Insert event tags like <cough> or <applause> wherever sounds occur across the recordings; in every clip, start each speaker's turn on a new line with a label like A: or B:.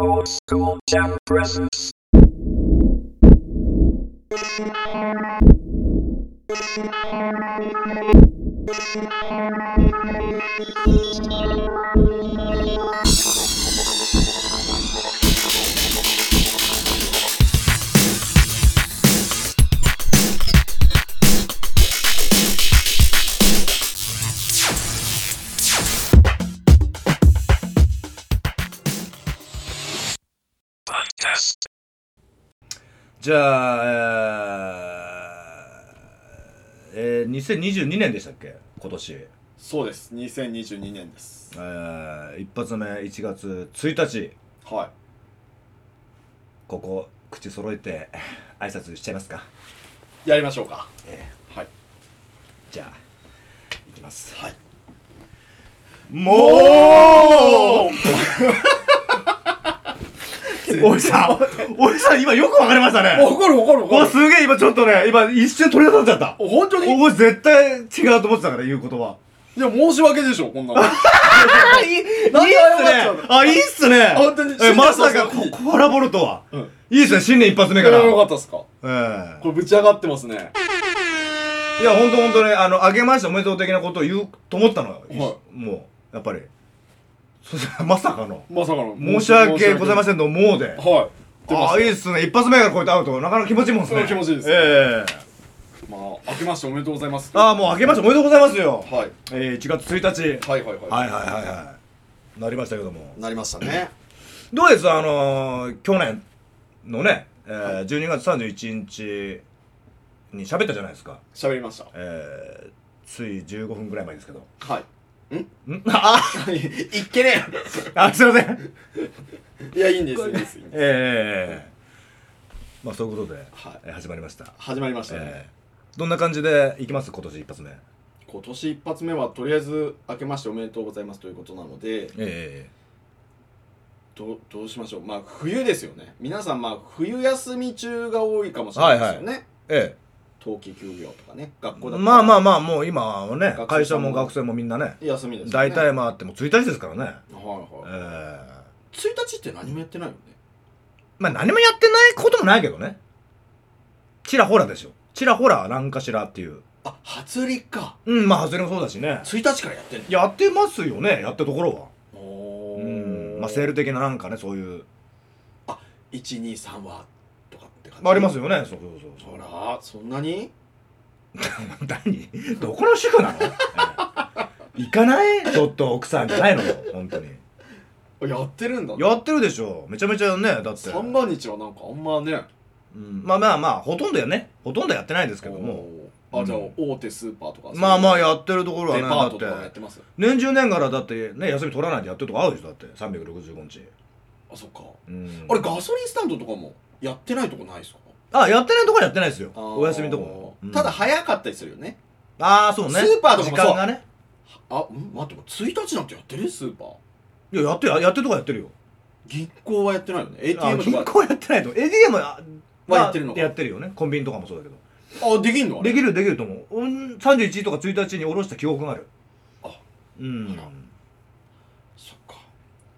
A: Old school jam presents. Podcast.
B: じゃあ、えーえー2022年でしたっけ今年、え
C: そうです。2022年です。
B: ー一発目1月1日
C: は
B: ここ口揃えて挨拶しちゃいますか
C: い。やりましょうか。
B: え
C: はい。
B: じゃあいきます
C: はい。
B: も
C: お
B: うおじさんおじさん今よくわかりましたね
C: 怒る怒る
B: お
C: 怒
B: わ
C: る。
B: すげえ今ちょっとね今一瞬取り出されちゃった
C: 本当に
B: お絶対違うと思ってたから言う言葉
C: いや、申し訳でしょ、
B: <laughs>
C: こんなの。
B: あいいいいっ
C: なんで謝っちゃう
B: すねあいいっすね
C: 本当に
B: えまさか
C: 新年早々に
B: ココラボるとは
C: うん。
B: いいっすね新年一発目
C: い
B: か
C: や、
B: ら
C: よかったっすか。こ
B: え
C: れ、ぶち上がってますね。
B: えいや本当本当ねあのあげましておめでとう的なことを言うと思ったのよ、
C: は
B: もうやっぱりそしたらまさかの
C: まさかの。
B: 申し訳ございま
C: ん。
B: せんのもうで
C: はい。出ま
B: あ
C: した
B: いいっすね一発目からこうやって会うとなかなか気持ちいいもんですね
C: うん気持ちいいです
B: ええ
C: まあ、明けましておめでとうございます。
B: ああもうあげましておめでとうございますよ、
C: はい。
B: えー、1月1日
C: はいはいはい。
B: はいはいはいはいなりましたけども
C: なりましたね。
B: どうですあのー去年のね、えー12月31日に喋ったじゃないですか、
C: 喋りました。
B: えーつい15分ぐらい前ですけど <laughs>
C: はい。ん
B: んあ
C: いっけね
B: あすいません
C: え。いや、いいんです、いいんです。いいんです
B: えー、まあそういうことで、
C: はい
B: えー始まりました、
C: 始まりましたね。
B: えーどんな感じでいきます今年一発目
C: 今年一発目はとりあえず明けましておめでとうございますということなので
B: え
C: どうどうしましょうまあ冬ですよね皆さんまあ冬休み中が多いかもしれないですよね、
B: ええ
C: 冬季休業とかね学校だったら
B: まあまあまあもう今はね
C: 学生さんも
B: 会社も学生もみんなね
C: 休みですよね
B: 大体回っても1日ですからね、
C: はい
B: え
C: はい
B: ー、
C: 1日って何もやってないよね
B: まあ何もやってないこともないけどね。ちらほらでしょ。ちらほら何かしらっていう。
C: あ初売りか
B: うん、まあ外れもそうだしね。
C: 1日からやってんの
B: やってますよね、やったところは。
C: お
B: うん。まあセール的ななんかね、そういう。
C: 123はとかって感じ
B: あります
C: よ
B: よね、そうそうそうそ。
C: そうらそんなに
B: 何 <laughs> どこの主婦なのええ行かないちょっと奥さんじゃないのよ、本当に。
C: あやってるんだ
B: やってるでしょ。めちゃめちゃね、だって。
C: 三番日はなんかあんまね
B: うん、まあまあまあ、ほとんどやね。ほとんどやってないですけども。
C: おーあじゃあ
B: うん
C: 大手スーパーとか
B: まあまあ
C: っ
B: やってるところはね、
C: デパ
B: だ
C: ートとか
B: っ
C: や
B: て
C: っ。てます
B: 年中年からだってね休み取らないでやってるとこあるでしょだって365日、
C: あそっか
B: うん
C: あれガソリンスタンドとかもやってないとこないですか
B: あやってないとこはやってないですよ
C: あー
B: お休みのとこ、うん
C: ただ早かったりするよね
B: ああそうね
C: スーパーとかも
B: 時間がね
C: あうん待って1日なんてやってるスーパー
B: いややってるやってるとこはやってるよ
C: 銀行はやってないよね
B: あ
C: ATM と
B: 銀
C: か
B: 行やってないと ATM は
C: はやってるのか
B: やってるよねコンビニとかもそうだけど
C: あできんのあれ
B: できるできると思ううん31とか1日に下ろした記憶がある
C: あ
B: うん
C: あらそっか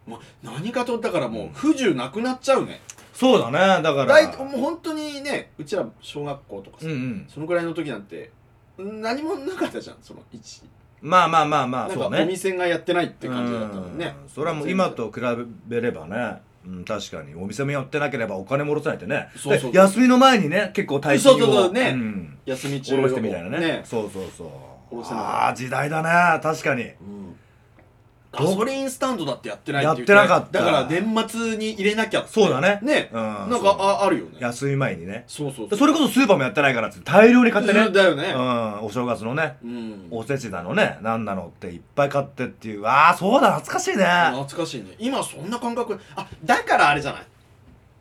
C: ま何かとだからもう不自由なくなっちゃうね
B: そうだねだから
C: 大もう本当にねうちら小学校とかさ
B: うんうん
C: そのぐらいの時なんて何もなかったじゃんその一
B: まあまあまあまあ
C: なん
B: そ
C: か
B: う
C: お
B: ね
C: 店がやってないって感じだったもんね
B: うんそれはもう今と比べればね、うん、確かにお店もやってなければお金も下ろせないってね
C: そうそうそう
B: で休みの前にね結構大金を
C: そうそうそうね
B: ん、
C: 休み中
B: 下ろしてみたいなねそうそうそう
C: 下ろせない
B: ああ時代だね確かに
C: ガソリンスタンドだってやってないって言
B: やってなかった
C: だから年末に入れなきゃって
B: そうだね
C: ね、
B: うん
C: なん
B: そう
C: かああるよね
B: 休み前にね
C: そうそう
B: でそれこそスーパーもやってないからっつって大量に買ってね、
C: そうだよ
B: う
C: ね
B: ん、お正月のね
C: うん、
B: おせちだのね何なのっていっぱい買ってっていうああそうだ懐かしいね
C: 懐かしいね今そんな感覚あだからあれじゃない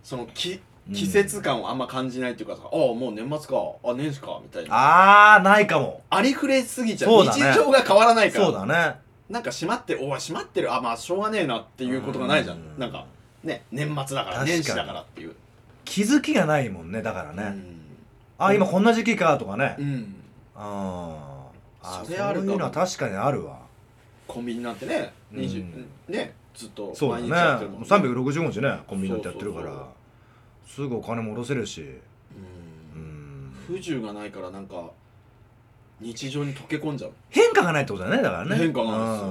C: そのき
B: うん
C: 季節感をあんま感じないっていうかさ、ああもう年末かあ年始かみたいなあ
B: ああないかも
C: りふれすぎちゃ
B: そううだね
C: 日常が変わらないから
B: そうだね
C: なんか閉まっておい閉まってるあまあしょうがねえなっていうことがないじゃん、
B: うん
C: なんかね年末だから
B: 確かに
C: 年始だからっていう
B: 気づきがないもんねだからね、あ今こんな時期かとかね、
C: うん、うん
B: あーあ
C: それあるかも
B: そういうのは確かにあるわ
C: コンビニなんてね、
B: うん
C: 20ねずっと
B: そうだ
C: 毎
B: ね
C: 日やってるもん、
B: 365日ねコンビニだってやってるから
C: そうそう
B: すぐお金も下ろせるしう
C: うん
B: ん
C: 不自由がないからなんか日常に溶け込んじゃう
B: 変化がないってことだねだからね
C: 変化がないで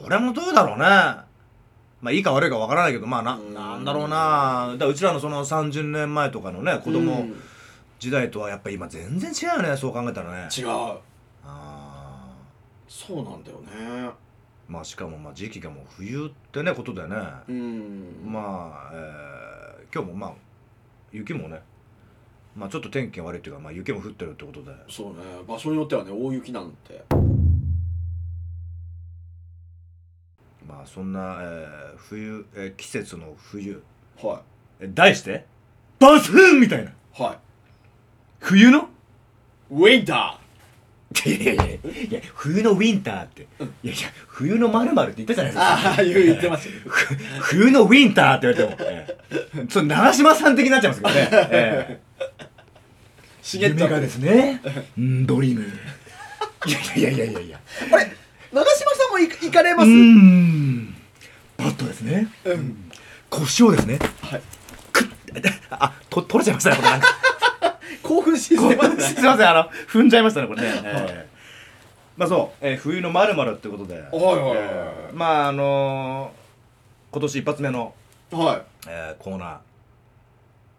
B: うんそれもどうだろうねまあいいか悪いかわからないけどまあな
C: うん
B: なんだろうなだからうちらのその30年前とかのね子
C: う
B: 供
C: ん
B: 時代とはやっぱ今全然違うよねそう考えたらね
C: 違う
B: あ
C: そうなんだよね
B: ーまあしかもまあ時期がもう冬ってねことだよね
C: うんあ
B: まあ、えー今日もまあ雪もねまあちょっと天気が悪いっていうか、まあ、雪も降ってるってことで
C: そうね場所によってはね大雪なんて
B: まあそんな、えー冬、えー季節の冬
C: は
B: え題してバスーンみたいない
C: はい
B: 冬の
C: ウィンタ
B: いやいやいやいや冬のウィンターって、いやいや冬のまるって言ったじゃない
C: ーああ言 <laughs> う言ってますす
B: ふ <laughs> 冬のウィンターって言われても、ええちょっと長嶋さん的になっちゃいますけどね、ええ、
C: 茂った
B: 夢がですね <laughs> うんドリームいやいやいやいやいや
C: あれ長嶋さんもい行かれ
B: う
C: ます
B: ーんバットですね、うん、胡椒ですね
C: はい
B: くっあと取れちゃいましたねこれなんか
C: 興奮しすぎてます
B: <laughs>
C: ね
B: すいませんあの踏んじゃいましたねこれね、ええまあそう、ええ冬のまるってことで、
C: はいはいはい
B: ええまああのー今年一発目の
C: はい
B: えー、コーナー。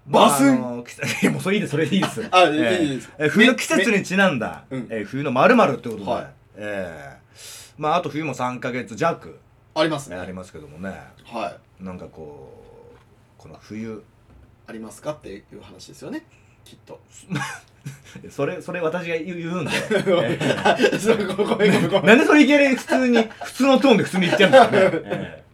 C: バスン
B: まああの季節 <laughs> いやもうそれいいです、それいいです。
C: あ
B: えー
C: いいです
B: えー冬の季節にちなんだ、
C: めうん
B: えー冬の〇〇ってことで、
C: はい
B: えーまああと冬も3ヶ月弱
C: あります
B: え
C: ね
B: ーありますけどもね、
C: はい
B: なんかこう、この冬、
C: ありますかっていう話ですよねきっと
B: それ、それ私が言う言
C: <laughs>
B: うんで、えー
C: そうごめんごめんごめん
B: なんでそれいきなり普通に、普通のトーンで普通に言っちゃうん
C: <laughs>
B: ですかね。えー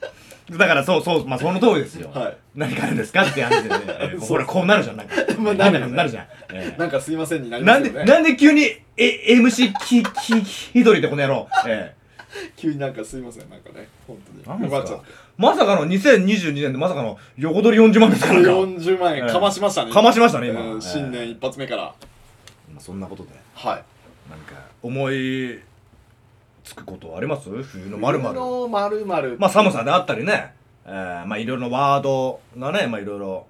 B: だからそうそう、まあその通りですよ。
C: はい
B: 何かあるんですかって
C: <laughs>
B: 話でね、えー
C: そう
B: ほらこうなるじゃん、なんか。
C: <laughs> まあなる
B: なんかなるじゃん。えー
C: なんかすいませんになりま
B: なん
C: すよ
B: で、
C: ね
B: なんで急に、え、MC き、き、ひどりでこの野郎。え
C: 急になんかすいませんなんかね本
B: え。
C: 当に
B: です
C: っちゃっ
B: か
C: て
B: まさかの2022年でまさかの横取り40万ですからか。
C: 40万円かましましたね、
B: ええかましましたね今
C: うん
B: ええ
C: 新年一発目から
B: まあそんなことで、
C: はい
B: なんか、思いつくことはあります冬のまるまる。
C: のまるまる
B: まあ寒さであったりね、えー、まあいろいろなワードがね、まあいろいろ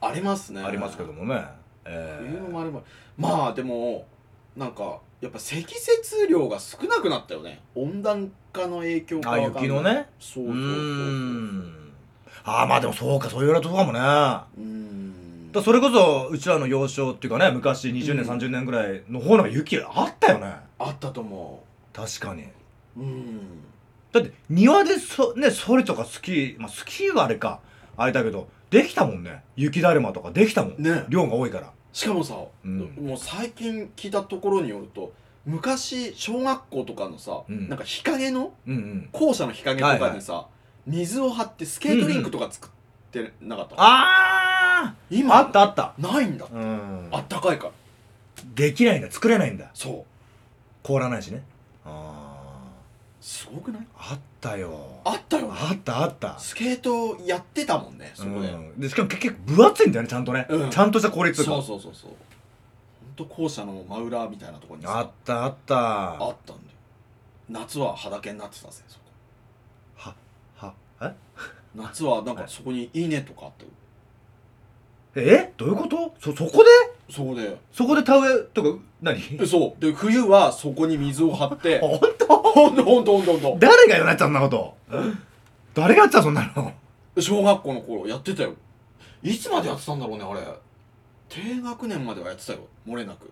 C: ありますね
B: ありますけどもね。え
C: 冬の
B: ー、
C: まるまるまあでもなんかやっぱ積雪量が少なくなったよね温暖化の影響か
B: あ、
C: わかんない
B: 雪のね。
C: そう
B: う
C: そう
B: ー。
C: そうそうん
B: ああ、まあでもそうか、そう言われたとこかもね。
C: うーん
B: だからそれこそうちらの幼少っていうかね昔20年
C: うん
B: 30年ぐらいの方の雪あったよね
C: あったと思
B: 確かに
C: ううん
B: だって庭でそねそれとかスキーまあスキーはあれかあれだけどできたもんね雪だるまとかできたもん、
C: ね
B: 量が多いから
C: しかもさ、
B: うん
C: もう最近聞いたところによると昔小学校とかのさ、
B: うん
C: なんか日陰の
B: うんうん
C: 校舎の日陰とかにさ、水を張ってスケートリンクとか作ってなかった、
B: あー
C: 今
B: あったあった
C: ないんだ
B: うん
C: あったかいから
B: できないんだ作れないんだ
C: そう
B: 凍らないしねあ
C: すごくない
B: ーあったよ
C: あったよね
B: あったあった
C: スケートやってたもんねそこで、
B: うん、でしかも結局分厚いんだよねちゃんとね、
C: うん
B: ちゃんとした効率
C: そうそうそうそうほんと校舎の真裏みたいなところに
B: あ
C: さ
B: ったあった
C: あったんだよ夏は裸になってたぜそこ
B: は、は、え
C: 夏はな
B: は
C: んか
B: い
C: そこに「いいね」とかあったよ
B: えどういうことそ、そこで
C: そこで
B: そこで田植えとか、何
C: でそうで冬はそこに水を張って
B: <laughs> 本当
C: ほんとほんとほんとほんと
B: 誰がやられたんなこと誰がやってたそんなの
C: 小学校の頃やってたよいつまでやってたんだろうねあれ低学年まではやってたよ漏れなく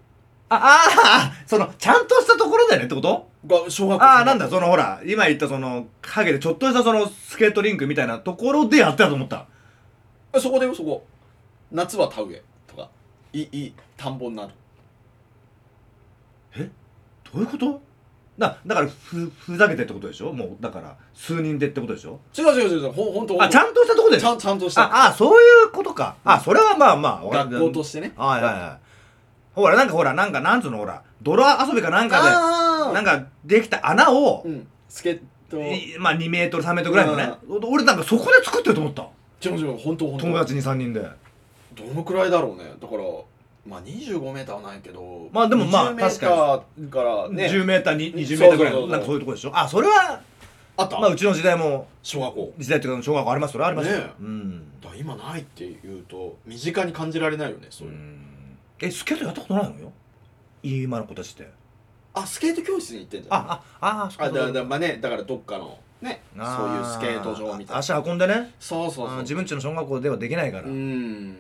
B: あ、ああ、その、ちゃんとしたところだよねってこと
C: が小学校
B: ああ、なんだ、そのほら、今言ったその、影でちょっとしたその、スケートリンクみたいなところでやってたと思った。
C: えそこだよそこ夏は田植えとかいいいい田んぼになる
B: どういうことだ、だから、ふ、ふざけてってことでしょもう、だから、数人でってことでしょ
C: 違う違う違う違うほんほんとほんと
B: あ、ちゃんとしたところで
C: ち
B: しょ
C: ゃんちゃんとした
B: あ、あ、そういうことか。あ、それはまあまあ、
C: 学校としてね
B: はいはいはい。ほら、なんかほら、なんか、なんつうのほら、泥遊びかなんかで、
C: あ
B: な
C: あ
B: んかできた穴を
C: う、んスケート
B: いまあ2メートル、3メートルぐらいのね、俺なんかそこで作ってると思った。
C: ちょちょほんとほんと
B: 友達に3人で。
C: どのくらいだろうねだからまあ 25m はないけど
B: まあでもまあ
C: 20m からね
B: 10メーターに20メー
C: そう
B: ター
C: そう
B: ぐら
C: そうそ
B: い、
C: う
B: なんかそういうとこでしょ。あ、それは、
C: あった、
B: まあうちの時代も
C: 小学校
B: 時代というか小学校ありますそれはありましたよ、
C: ねえ
B: うん
C: だ今ないっていうと身近に感じられないよねそうういう、
B: んえスケートやったことないのよ今の子たちって
C: あスケート教室に行ってんじゃん
B: あああそ
C: あ
B: こ
C: だだまあねだからどっかのねそう
B: あ
C: いうスケート場みたいな
B: 足運んでね
C: そうそう
B: あ
C: そ
B: ー
C: う
B: 自分ちの小学校ではできないから、
C: うーん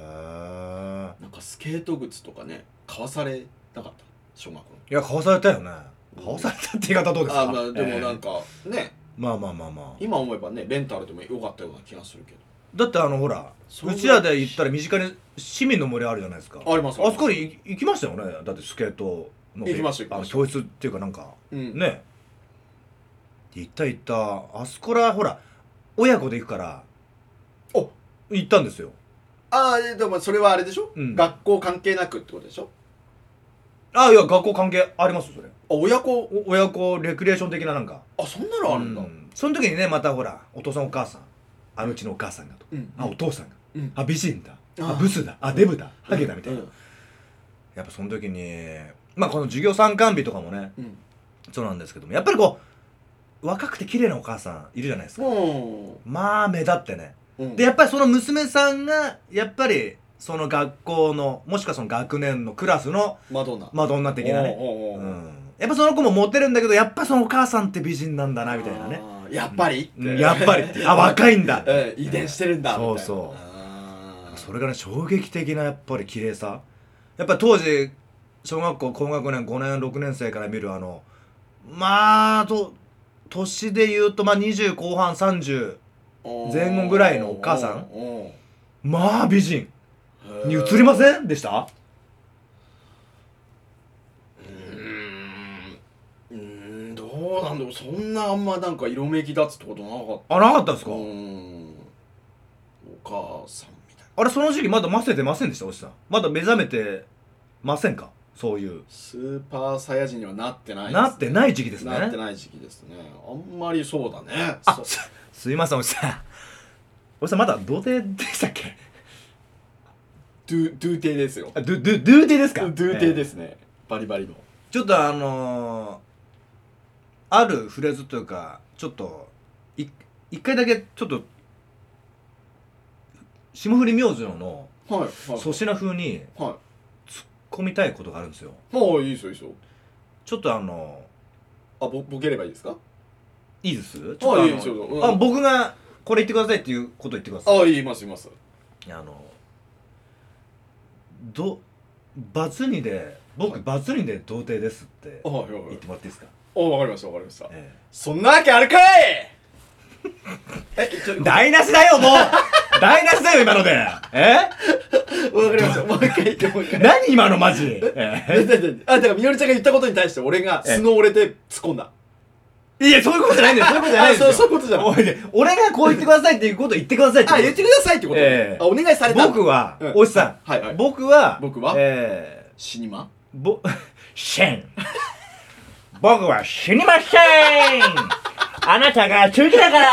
B: へー
C: なんかスケート靴とかね買わされなかった小学校
B: いや買わされたよね
C: うん
B: 買わされたって言い方どうですか
C: のあまあでもなん
B: ええ
C: か、ね
B: まあまあまあまあ
C: 今思えばねレンタルでもよかったような気がするけ
B: だってあのほら
C: そう
B: うちらで行ったら身近に市民の森あるじゃないですか
C: どあります
B: あそこに行きましたよねだってスケートの
C: 行きました行き
B: あ
C: ま
B: の
C: した
B: 教室っていうかなんか
C: うん
B: ね行った行ったあそこらほら親子で行くから
C: お
B: 行ったんですよ
C: ああでもそれはあれでしょ、
B: うん
C: 学校関係なくってことでしょ
B: あいや学校関係ありますよそれ
C: あ親子
B: お親子レクリエーション的ななんか
C: あそんなのあるんだ、
B: う
C: うん
B: その時にねまたほらお父さんお母さんあのうちのお母さんがとあお父さんが、
C: うん
B: あ美人だあ
C: あ
B: ブスだあデブだハゲだみたいな、
C: うん
B: やっぱその時にまあこの授業参観日とかもね
C: うん
B: そうなんですけどもやっぱりこう若くて綺麗なお母さんいるじゃないですか、
C: うん
B: まあ目立ってね
C: うん
B: でやっぱりその娘さんがやっぱりその学校のもしくはその学年のクラスの
C: マドンナ
B: マドンナ的なね
C: おうおうおう
B: うんやっぱその子もモテるんだけどやっぱそのお母さんって美人なんだなみたいなね
C: あーやっぱり、
B: うんやっぱりってあ若いんだ
C: え遺伝してるん
B: ね
C: だ、みたいな
B: そうそう
C: あー
B: それがね衝撃的なやっぱり綺麗さやっぱり当時小学校高学年5年6年生から見るあのまあと年で言うとまあ20後半30前後ぐらいのお母さん
C: お
B: まあ美人
C: ーおー
B: に映りませんでした
C: うーんどうなんだろうそんなあんまなんか色めき立つってことなか
B: あ
C: っ
B: なかったです
C: た
B: か、
C: うーんお母さんみたいな
B: あれその時期まだませてませんでしたおじさんまだ目覚めてませんかそういう、
C: スーパーサイヤ人にはなってないですね、
B: なってない時期ですね
C: なってない時期ですねあんまりそうだね
B: あ
C: そ
B: すすいませんおじさんおじさんまだ童貞でしたっけ
C: ドゥドゥテイですよ
B: あドゥドゥドゥーデーですか
C: <laughs> ドゥテイですね、バリバリの
B: ちょっとあのーあるフレーズというかちょっとい一回だけちょっと霜降り明星の
C: はいはい
B: 粗品風に
C: はい
B: 込みたいことがあるんですよ
C: もういいですよいいですよ
B: ちょっとあの
C: あぼボケればいいですか
B: ーいいですちょっとあ
C: あ
B: の
C: いいですようん
B: あ僕がこれ言ってくださいっていうこと言ってくださ
C: あ
B: い
C: いいますいます
B: あのどバツ2で僕バツ2で童貞ですって
C: あはいはいは
B: 言っ
C: い
B: てもらっていいですか、
C: あわかりましたわかりました
B: ええ
C: そんなわけあるかい <laughs> えちょっと
B: 台無しだよもう台無しだよ今のでえ
C: わかりました。もう一回言って、もう一回。
B: 何今のマジえ
C: えだだだあ、だから、みのりちゃんが言ったことに対して、俺が、素の俺で突っ込んだ。
B: いやそういうことじゃないんだよそういうことじゃないんですよ
C: あそうそういうことじゃない
B: おいで俺がこう言ってくださいっていうことを言ってくださいって
C: あ、言ってくださいってこと、
B: ええ
C: あ、お願いされた。
B: 僕は、
C: うん
B: おじさん、
C: はいはい
B: 僕は
C: 僕は
B: えー、
C: 死にま
B: ぼシェン <laughs> 僕は死にませんあなたが中期だから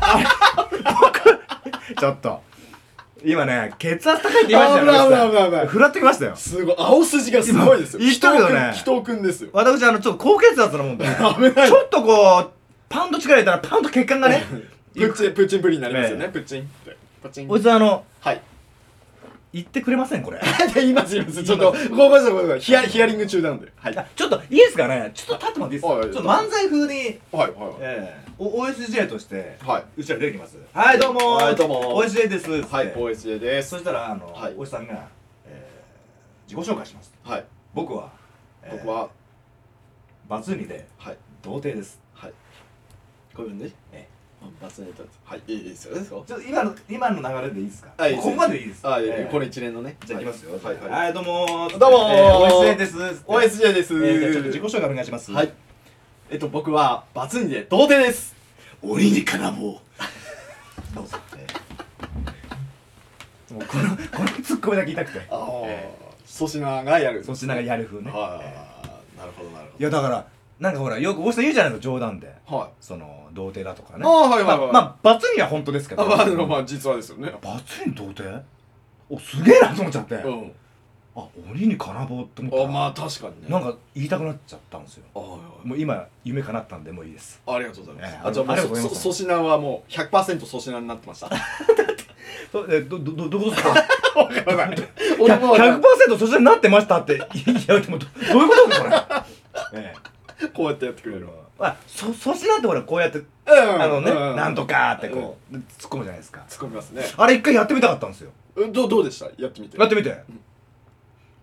B: あ僕ちょっと今ね血圧高いって言いましたよね
C: 危ない
B: おじさん
C: 危ない危ない
B: ふらってきましたよ
C: すごい、青筋がすごいですよ。
B: 今言ったけどね
C: 人をくんですよ。
B: 私あのちょっと高血圧なもんで
C: <laughs> 危な
B: <laughs>
C: い
B: ちょっとこうパンと力入れたらパンと血管が <laughs> ね
C: プッチン、プッチンプリンになりますよね、
B: ええ
C: プッチンって。プッチン。
B: おじさんあの
C: はい。
B: 言ってくれませんこ
C: <laughs>
B: れ <laughs>
C: 言います、言います。ちょっと、ごめんなさい、ごめんなさい。ヒアヒアリング中なんで。はい。はい、
B: ちょっといいですかねちょっと立ってもらっていいですか
C: はい
B: ちょっと漫才風に、
C: はい、
B: ええお OSJ として
C: はい。
B: うちら出てきますはいどうもー
C: はいどうもー
B: OSJ です
C: はい。はい、
B: つって
C: OSJ です
B: そ。したらあの、
C: はい
B: おじさんが、えー自己紹介します
C: はい。
B: 僕は、えー
C: 僕は、
B: バツ2で
C: はい。
B: 童貞です
C: はい。こういうふうにね。
B: え
C: あバツネタですはい、いいですよね。そう
B: ちょっと今の今の流れでいいですか
C: あいいです
B: ここまでいいです
C: あ、いや
B: ええ
C: これ一連のね。
B: じゃあ行きますよ。
C: はい、はい。
B: はい、どうもー。
C: どうもー
B: えー OSJ です。
C: OSJ です。
B: えーじゃあちょっと自己紹介お願いします。
C: はい。。えっと、僕は、バツニで童貞です。
B: 鬼に金棒。どうぞ。えーもうこのこのツッコミだけ痛くて。
C: ああ
B: え、
C: 粗品がやる。
B: 粗品がやる風ね。
C: ああ、なるほど、なるほ
B: いやだからなんかほらよく大下言うじゃないの冗談で。
C: ど。はい。
B: その童貞だとかね。
C: あーはいはいはい
B: まあまあバツには本当ですけど。
C: あ、まあ、まあ、実はですよね。
B: バツに童貞？おすげえなと思っちゃって。
C: うん。
B: あ鬼に金棒って思った
C: あまあ確かにね
B: なん
C: か
B: か言いたくなっちゃったんですよ
C: あはい
B: もう今夢叶ったんでもういいです
C: はいありがとうございます、
B: ええ
C: あじゃあも
B: ありがとう
C: う
B: ござい
C: そ
B: ます
C: そ粗品はもう100%粗品になってました
B: <laughs> そえどどどどういうことです <laughs> か
C: 俺も
B: 100%そちらになってましたっていやでもどどういうことですかこれ、 <laughs> え
C: こうやってやってくれ
B: え
C: るわ
B: あそ粗品ってほらこうやって
C: うん
B: あのね、
C: う
B: なんとかってこう、突っ込むじゃないですか
C: 突っ込みますね
B: あれ一回やってみたかったんですよ
C: うんどうどうでしたやってみて
B: やってみて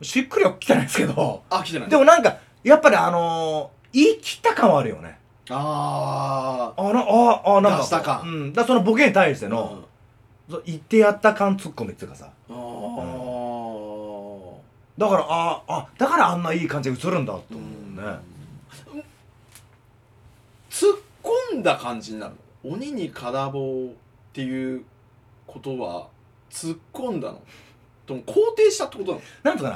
B: しっくりは来てないですけど
C: あ来てない
B: でもなんかやっぱりあのー、言い切った感はあるよね
C: あ
B: あなああなんか
C: 出した感
B: うん、だからそのボケに対して
C: あ
B: の、そう言ってやった感ツッコミっていうかさ
C: あー
B: だからああだからあんないい感じで映るんだと思うね、
C: うん突っ込んだ感じになるの鬼に金棒っていうことは突っ込んだのとも肯定したってことなの
B: なんとか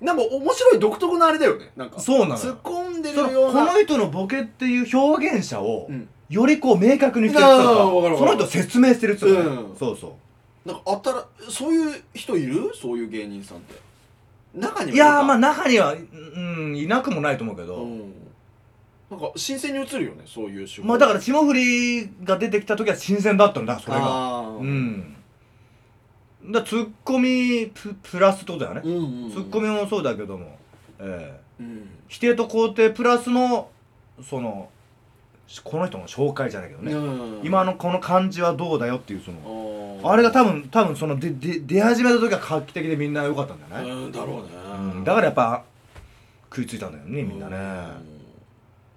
B: な
C: なんか面白い独特なあれだよねなんか
B: そうなの
C: 突っ
B: よ
C: 込んでる
B: その
C: よう
B: こ
C: な
B: の人のボケっていう表現者を、
C: うん
B: よりこう明確にしてる
C: あーわかるわ
B: そ
C: か
B: の
C: る
B: 人を説明してるっていうかね、
C: うん
B: そうそう
C: なんかあったらそういう人いるそういう芸人さんって中にはいるか
B: やーまあ中にはうんいなくもないと思うけど、
C: うんなんか新鮮に映るよねそういう手法
B: まあだから霜降りが出てきた時は新鮮だったんだそれが
C: あー
B: うんだツッコミププラスってことだよね
C: う、んうんうん
B: ツッコミもそうだけども、ええ
C: うん
B: 否定と肯定プラスのそのしこの人の紹介じゃないけどね、
C: うん
B: 今のこの感じはどうだよっていうその
C: あ
B: あれが多
C: 分
B: 分多分そのでで出始めた時は画期的でみんな良かったんだよね、
C: うんだろうね
B: うんだからやっぱ食いついたんだよねみんなね、
C: う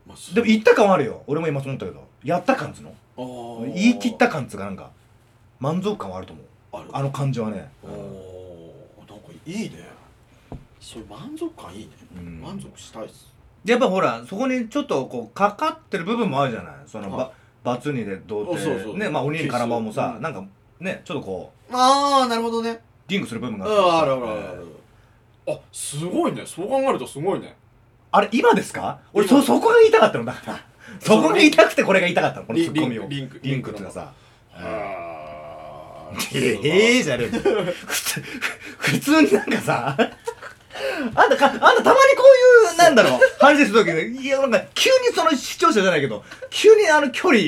C: まあす
B: でも言った感はあるよ俺も今そう思ったけどやった感っつうの
C: あー
B: 言い切った感っつうかなんか満足感はあると思う
C: ある
B: あの感じはね
C: おーなんかいいねそれ満足感いいね
B: うん
C: 満足したいっす
B: でやっぱほらそこにちょっとこうかかってる部分もあるじゃないその
C: はい
B: ばバツにで童貞
C: あそうそう
B: ねまあ鬼に金棒もさ
C: うん
B: なんかねちょっとこう
C: ああなるほどね
B: リンクする部分
C: う
B: が
C: ん
B: ある
C: あるあるあるあすごいねそう考えるとすごいね
B: あれ今ですか俺そ
C: 今
B: そこが言いたかったのだ
C: <laughs>
B: からそこが言いたくてこれが言いたかったのこのツッコミを
C: リンク
B: リンクっていうかさ
C: あ
B: えーえーじゃねえんだよ普通 <laughs> 普通になんかさあんたかあんたたまにこういうなんだろう話する時にいやなんか急にその視聴者じゃないけど急にあの距離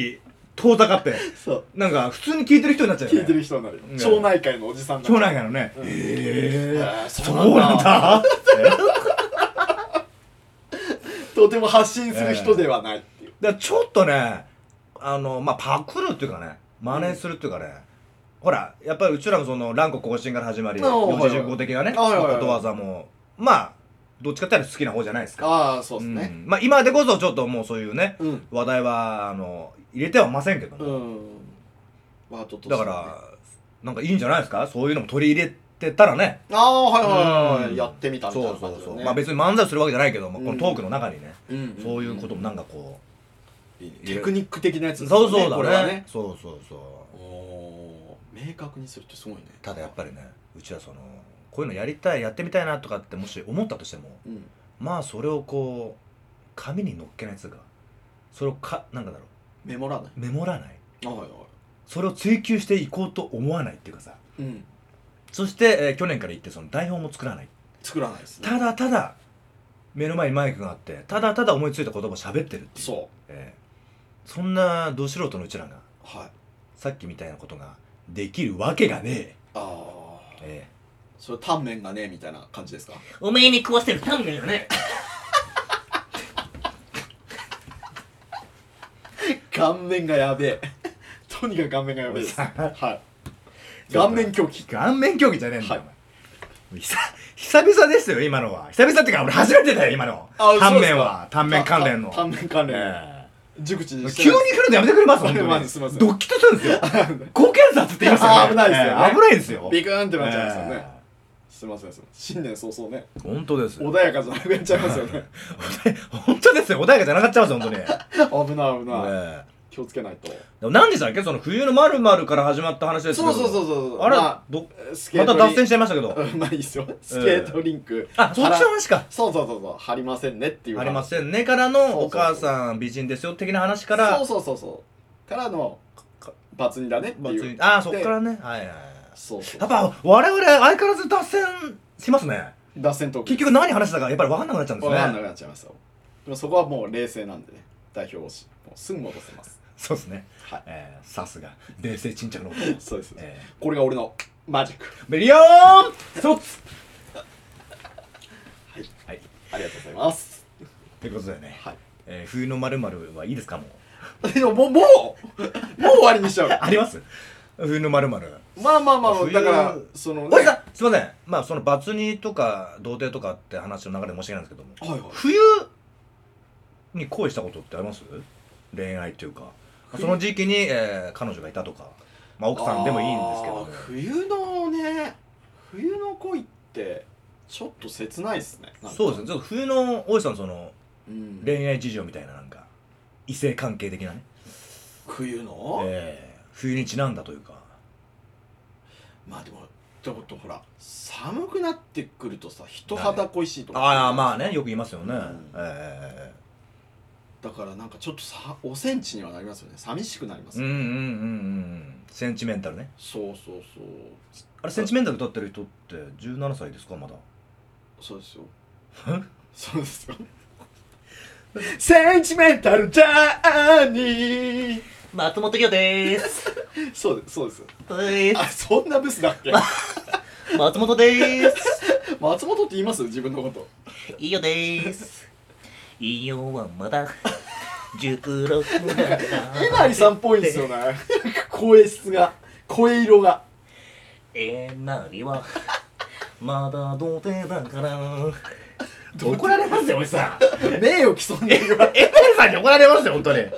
B: 遠ざかって
C: そう
B: なんか普通に聞いてる人になっちゃうよ
C: 聞
B: ね
C: いてる人になるよ
B: うん
C: 町内会のおじさんにな
B: 町
C: る
B: 内会のね、
C: うん
B: え
C: あ
B: ー
C: ー
B: そ
C: そう
B: うな
C: なんん
B: だ
C: だ
B: だか
C: とても発信する人ではないっていう
B: らちょっとねあのまあパクるっていうかね真似するっていうかね、ほらやっぱりうちらもその蘭子更新から始まり
C: あーはいはい
B: 45的なね、
C: はいはいはい
B: ことわざもまあどっちかって言ったら好きな方じゃないですか
C: ああそうですね
B: うんまあ今でこそちょっともうそういうね
C: うん
B: 話題はあの入れてはませんけど
C: う
B: も、
C: んワードとして
B: だ
C: ね
B: からなんかいいんじゃないですかそういうのも取り入れてたらね
C: ああはいはいはい、
B: うん
C: やってみたみたい
B: そ
C: な
B: うそ
C: 感
B: う
C: じ
B: そ
C: だ
B: う、
C: ね
B: まあ別に漫才するわけじゃないけども、
C: うん
B: このトークの中にね、
C: うんうんん
B: そういうこともなんかこ
C: いいねテクニック的なやつ
B: う、
C: ですね
B: そうそうだ
C: これ
B: ね
C: はね
B: そうそうそう
C: おー明確にするってすごいね
B: ただやっぱりねうちはそのこういうのやりたいやってみたいなとかってもし思ったとしても
C: り、うん、
B: まあそれをこう紙に乗っけないやつうかそれをかなんかだろ
C: メモらないう
B: メモらない
C: あはいはい
B: それを追求していこうと思わないっていうかさ
C: うん
B: そして、えー去年から言ってその台本も作らない
C: 作らないですね
B: ただただ目の前にマイクがあってただただ思いついた言葉を喋ってるっていう
C: そう
B: えーそんなど素人のうちらが
C: はい
B: さっきみたいなことができるわけがね
C: ああ
B: え、え
C: それタンメンがねみたいな感じですか <laughs>
D: おめえに食わせるタンメンよね。
C: 顔面がやべえ <laughs> とにかく顔面がやべえですはい顔面狂気
B: え顔面競技じゃねえんだよ、
C: はい
B: お前久久々ですよ今のは久々っていうか俺初めてだよ今の
C: あ
B: タ
C: そ
B: ン
C: う
B: メ
C: です
B: ン
C: か
B: はタンメン関連の
C: タンメン関連
B: え
C: 熟知
B: え
C: にして
B: 急に来るのやめてくれます
C: はい
B: 本当
C: まあ
B: に
C: すいません
B: ドッキリするん
C: <laughs>
B: ですよ
C: 急に
B: 高検察って言いますよ
C: あ
B: ね
C: <laughs> ー危ないですよね
B: ええ危ないですよ
C: ビクーンってなっちゃいますよね、
B: ええ
C: すいませんすいません新年早々ね
B: 本当ですよ
C: 穏やかじゃなくなっちゃいます
B: <laughs>
C: よね
B: 本当ですよ穏やかじゃなかっちゃいますよ本当に、
C: 危ない危ない、
B: ええ
C: 気をつけないと
B: でも何でしたっけその冬のまるまるから始まった話ですけ
C: そ
B: ど
C: うそうそうそう
B: あれ、
C: ま
B: ど
C: あ、スケ
B: ま
C: ート
B: た
C: リ
B: 脱線しちゃいましたけど、
C: うん <laughs> まあいいっすよスケートリンク、
B: あそっちの
C: 貼ら
B: 話か
C: そうそうそうそう貼りませんねっていう
B: ありませ
C: ね
B: んねからのお母さん美人ですよ的な話から
C: そうそうそうそうからの
B: か
C: 罰にだねって
B: まあつ
C: い
B: いうあーそっからねはいはいはい
C: そうそう
B: やっぱ我々相変わらず脱線しますね
C: 脱線トーク
B: 結局何話したかやっぱり分かんなくなっちゃうんです
C: 分かんな
B: ね
C: くなっちゃいますよでもそこはもう冷静なんでね代表をしもうすぐ戻せます
B: そうですね、
C: はい
B: えーさすが冷静沈着の男、
C: <laughs> そうです、ね
B: え
C: これが俺のマジック
B: ー、ベリオーンそう
C: はい
B: はい
C: ありがとうございます
B: ということでね、
C: はい
B: えー冬のまるまるはいいですかもう
C: <laughs> でももうもうもう終わりにしちゃう
B: あります冬のまるまる
C: まあまあまあ
B: 冬
C: だからその、
B: おじさ
C: は
B: んすいませんまあその罰にとか童貞とかって話の流れで申し訳ないんですけども
C: いはい
B: 冬に恋したことってあります恋愛というか
C: 冬
B: その時期に、えー彼女がいたとか、まあ、奥さんでもいいんですけども
C: あー冬のね冬の恋ってちょっと切ないですねなんか
B: そうですねちょっと冬の大石さんその
C: うん
B: 恋愛事情みたいななんか異性関係的なね、
C: 冬の、
B: えー冬にちなんだというか
C: まあでもってことほら寒くなってくるとさ人肌恋しいとか
B: ああまあねよく言いますよね、
C: うん
B: え
C: だからなんかちょっとさおセンチにはなりますよね寂しくなりま
B: ー
C: す、
B: うんうんうんうんセンチメンタルね
C: そうそうそう
B: あれセンチメンタル歌ってる人って17歳ですかまだ
C: そうですよ
B: <laughs>
C: そうですよセンチメンタルジャーニー
D: 松本魚でーす。
C: そうですそうですよ
D: でー
C: あそんなブスだっ
B: <laughs>
C: け
D: す。松本でーす。
C: 松本って言います自分のこと
D: いいよでーす。いいよはまだ。16なんだ
C: えなりさんっぽいんですよね声質が声色が
D: えなりは。まだ童貞だから。怒られますよ、おじさん。
C: 名誉毀損で言わ
B: えなりさんに怒られますよ本当に、え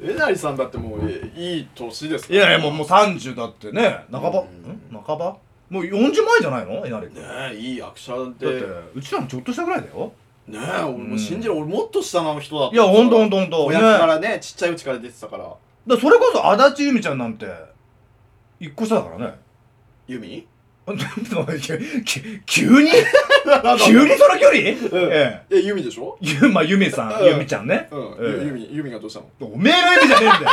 C: えなりさんだってもうえいい年ですか
B: え、いや
C: ら
B: いやもうもう30だってね半ば
C: うん
B: ん半ばもう40前じゃないのえなり君だっ
C: ねえいい役者
B: て
C: で
B: うちらもちょっとしたぐらいだよ
C: ねえ俺も信じる、俺もっと下の人だった
B: いやほんとほんとほんと
C: 親
B: ね
C: からねちっちゃいうちから出てたから
B: だからそれこそ足立由美ちゃんなんて一個下だからね <laughs>
C: ユミ <laughs>
B: き急に急にその距離、ええ
C: えユミでしょ
B: ゆまあ由美さん
C: うん
B: 由美ちゃんね、
C: うん、
B: ええ
C: ユミユミがどうしたの
B: おめえの由美じゃねえんだよ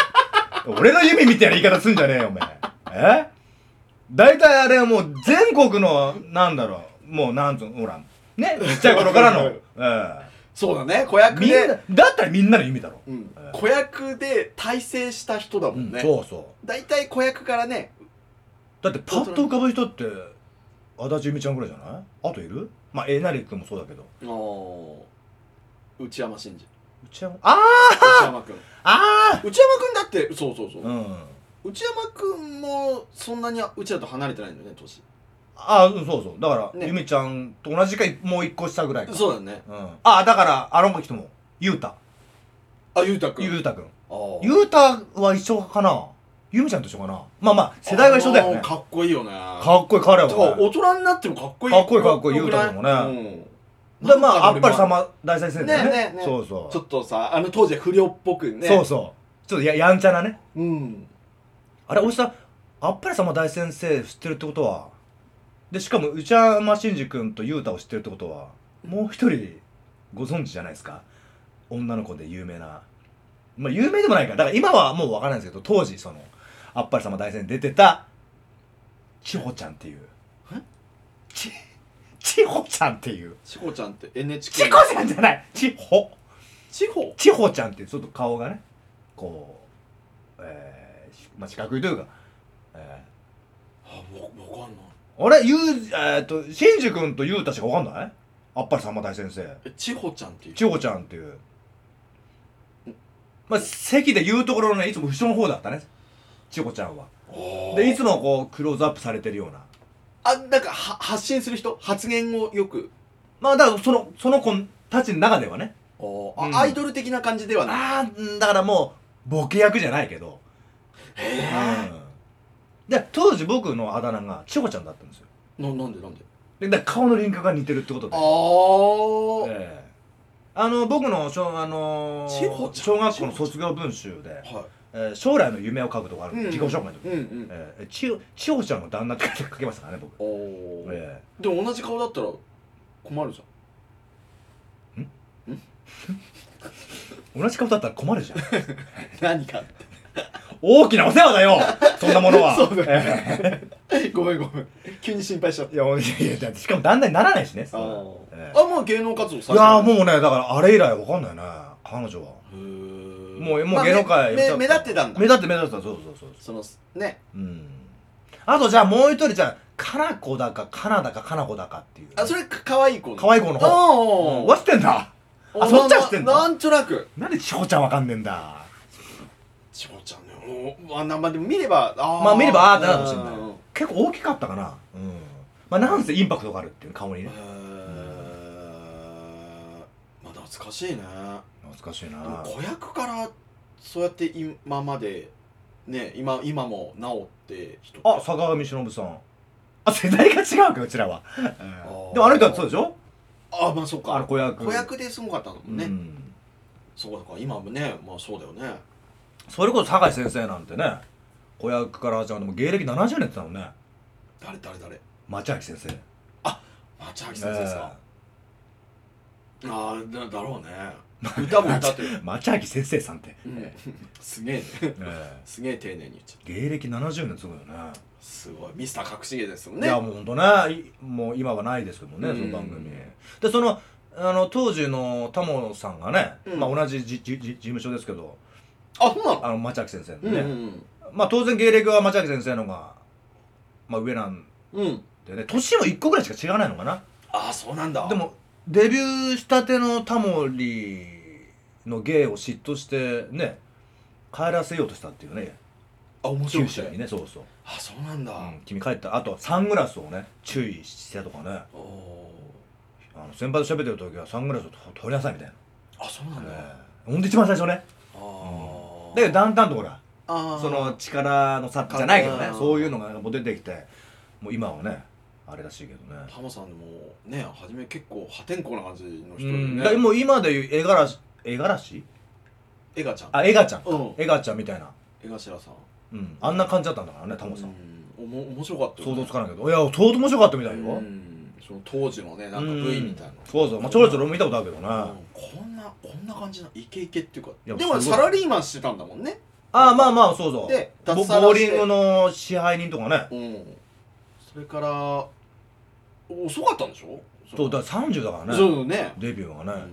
B: 俺の由美みたいな言い方すんじゃねえよおめええ大体あれはもう全国のなんだろうもうなんつうのほらねちっちゃい頃からの、え
C: そうだね子
B: え
C: 役
B: みんな
C: で、
B: だったらみんなの由美だろ、
C: うん
B: ええ、
C: 子役で大成した人だもん
B: うん
C: ね、
B: そうそう
C: 大体子役からね
B: だってパッと浮かぶ人って足立由美ちゃんぐらいじゃないあといるまあえなり君もそうだけど
C: 内山信二
B: 内山あ
C: 内山君
B: あ
C: 内山君だってそうそうそう、
B: うん
C: 内山君もそんなにうちらと離れてないんだよね年
B: あーうんそうそうだから、
C: ね
B: 由美ちゃんと同じかもう一個下ぐらいか
C: そうだね
B: うん、ああだからあの人もゆうた
C: あゆうたくん
B: ゆうたくん
C: あー
B: ゆうたは一緒かな由美ちゃんと一緒かなまあまあ世代は一緒だよ
C: あ
B: ね
C: ー
B: か
C: かっこいいよね
B: っこいい彼
C: だから
B: は、ね、
C: 大人になってもかっこいい
B: かっこいいかっこいい
C: よくない
B: 言うたらも
C: うん
B: でまああ
C: な
B: っ
C: ん
B: ぱ
C: か
B: れ
C: 俺も
B: 様大先生だよね
C: ねえねえねえ
B: そうそう
C: ちょっとさあの当時は不良っぽくね
B: そうそうちょっとややんちゃなね
C: うん
B: あれおじさんあっぱれ様大先生知ってるってことはでしかも内山真司君と雄太を知ってるってことはもう一人ご存知じゃないですか女の子で有名なまあ有名でもないからだから今はもう分からないんですけど当時そのあっぱれ様大先生に出てた千穂ちゃんっていうち千穂ちゃんっていう
C: チコちゃんって NHK
B: 千穂ちゃんじゃない千穂
C: チホ
B: 千穂ちゃんってちょっと顔がねこうえー、まあ四角いというかえー
C: あわわかんない
B: あれゆうえーっとシンジ君とゆうたしかわかんないあっぱれさんま大先生
C: えチホちゃんっていう
B: 千穂ちゃんっていうまあ席で言うところのねいつも後ろの方だったね千穂ちゃんは
C: あー
B: でいつもこうクローズアップされてるような
C: あなんかは発信する人発言をよく
B: まあだからそのその子たちの中ではね
C: あー、
B: うん
C: あアイドル的な感じではない
B: ああだからもうボケ役じゃないけどうんで当時僕のあだ名が千穂ちゃんだったんですよ
C: ななんでなんで
B: でだから顔の輪郭が似てるってことで
C: あー、
B: ええあの僕の小,、あのー
C: 千穂ちゃん
B: 小学校の卒業文集で、
C: は
B: えー将来の夢を書くとこあるんで、
C: うん
B: 自己紹介の時、
C: いうんうん
B: えー千代千穂ちゃんの旦那って書きましたからね僕、
C: おおー、
B: え
C: でも同じ顔だったら困るじ
B: え同じ顔だったら困
C: <laughs>
B: るじゃん
C: ゃん何か
B: 大きなお世話だよそんなものは
C: <laughs> そうだ
B: ええ
C: ごごめんごめん急に心配しちゃった
B: いや、俺いやいやだってしかもだんだんにならないしね。
C: あ
B: そ
C: ー
B: うええ
C: あもう芸能活動
B: いやーもう
C: う
B: ね、だからあれ以来わかんないね、彼女は。も
C: も
B: う、もう芸能界、
C: 目目立ってたんだ
B: 目立って目立ってた、そうそうそうそ
C: そのね
B: う。うん。あとじゃあもう一人じゃあ、かなこだか、かなだか、かなこだかっていう。
C: あそれか可愛い子
B: 可愛い子の方。
C: 方
B: わってんだあそっちは知ってんの
C: なんとなく
B: なんでちほちゃんわかんねえんだ
C: しほちゃんねおあなまあでも見ればあー
B: まあ見ればあーってなるかもしれない
C: うん
B: 結構大きかったかな。うん。まあなんせインパクトがあるっていう顔に
C: へ
B: ね。
C: ーまあ懐かしいね
B: 懐かしい
C: でも
B: な
C: 子役からそうやって今までね今今もなおって人って
B: あ、坂上忍さん。あ、世代が違うか、うちらは。うんでもあの人はそうでしょ
C: あまあそうか
B: あの子役。
C: 子役ですごかったのもんね、
B: うん
C: そうだから今もねまあそうだよね
B: それこそ酒井先生なんてね子役から始まってもう芸歴70年って言ってたもんね
C: 誰誰誰
B: 町明先生
C: 町秋先生ですか、ああだだ
B: <laughs>
C: ろうね歌も歌ってる、
B: ええ町明先生さんって、
C: うん
B: え、
C: <laughs> すげえね
B: ええ
C: すげえ丁寧に言っちゃう
B: え芸歴70年すごいよね
C: すごいミスター隠し芸ですもん
B: い
C: ね
B: やもうほんとねいもう今はないですけどもね、
C: うん
B: その番組でそのあの当時のタモさんがね、
C: うん
B: まあ、同じじじじ事務所ですけど
C: あそうなの
B: あの町明先生
C: う
B: の
C: んう
B: ね、
C: ん
B: まあ当然芸歴は町明先生の方が、まあ、上なん
C: うん、うん、
B: でね年も1個ぐらいしか違わないのかな
C: ああそうなんだ
B: でもデビューしたてのタモリの芸を嫉妬してね帰らせようとしたっていうね
C: あ面白
B: 九
C: い
B: 州にねそうそう、
C: あそうなんだ、
B: うん君帰ったあとサングラスをね注意してとかね
C: おお
B: あの先輩と喋ってる時はサングラスをと取りなさいみたいな、
C: ーあそうなんだ、
B: ええほんと一番最初ね
C: ああ
B: だけどだんだんとほら
C: あー
B: その力の差じゃないけどね
C: あー
B: そういうのがもう出てきてもう今はねあれらしいけどね
C: タモさんでもね初め結構破天荒な感じの
B: う
C: 人で
B: んだから
C: ね
B: もう今でいう絵柄し絵柄し
C: エガちゃん
B: あ絵ガちゃん
C: うん
B: 絵ガちゃんみたいな
C: 江頭さん
B: うん、あんな感じだったんだからねタモさん、
C: うんおも面白かったよ
B: 想
C: ね
B: 像つかないけどいや相当面白かったみたいよ、
C: うんその当時のねなんか V みたいな
B: そうそうまあちょろちょろ見たことあるけどね、
C: うんこんなこんな感じなイケイケっていうか
B: いや
C: でも
B: すご
C: サ
B: い
C: ラリーマンしてたんだもんね
B: ああまあまあそうそう
C: で
B: ボ
C: 脱サラ
B: ボー
C: して
B: リングの支配人とかね
C: うんそれから遅かったんでしょ
B: そうだから30だから
C: そ
B: ね
C: うね
B: デビュー
C: う
B: がね、
C: ん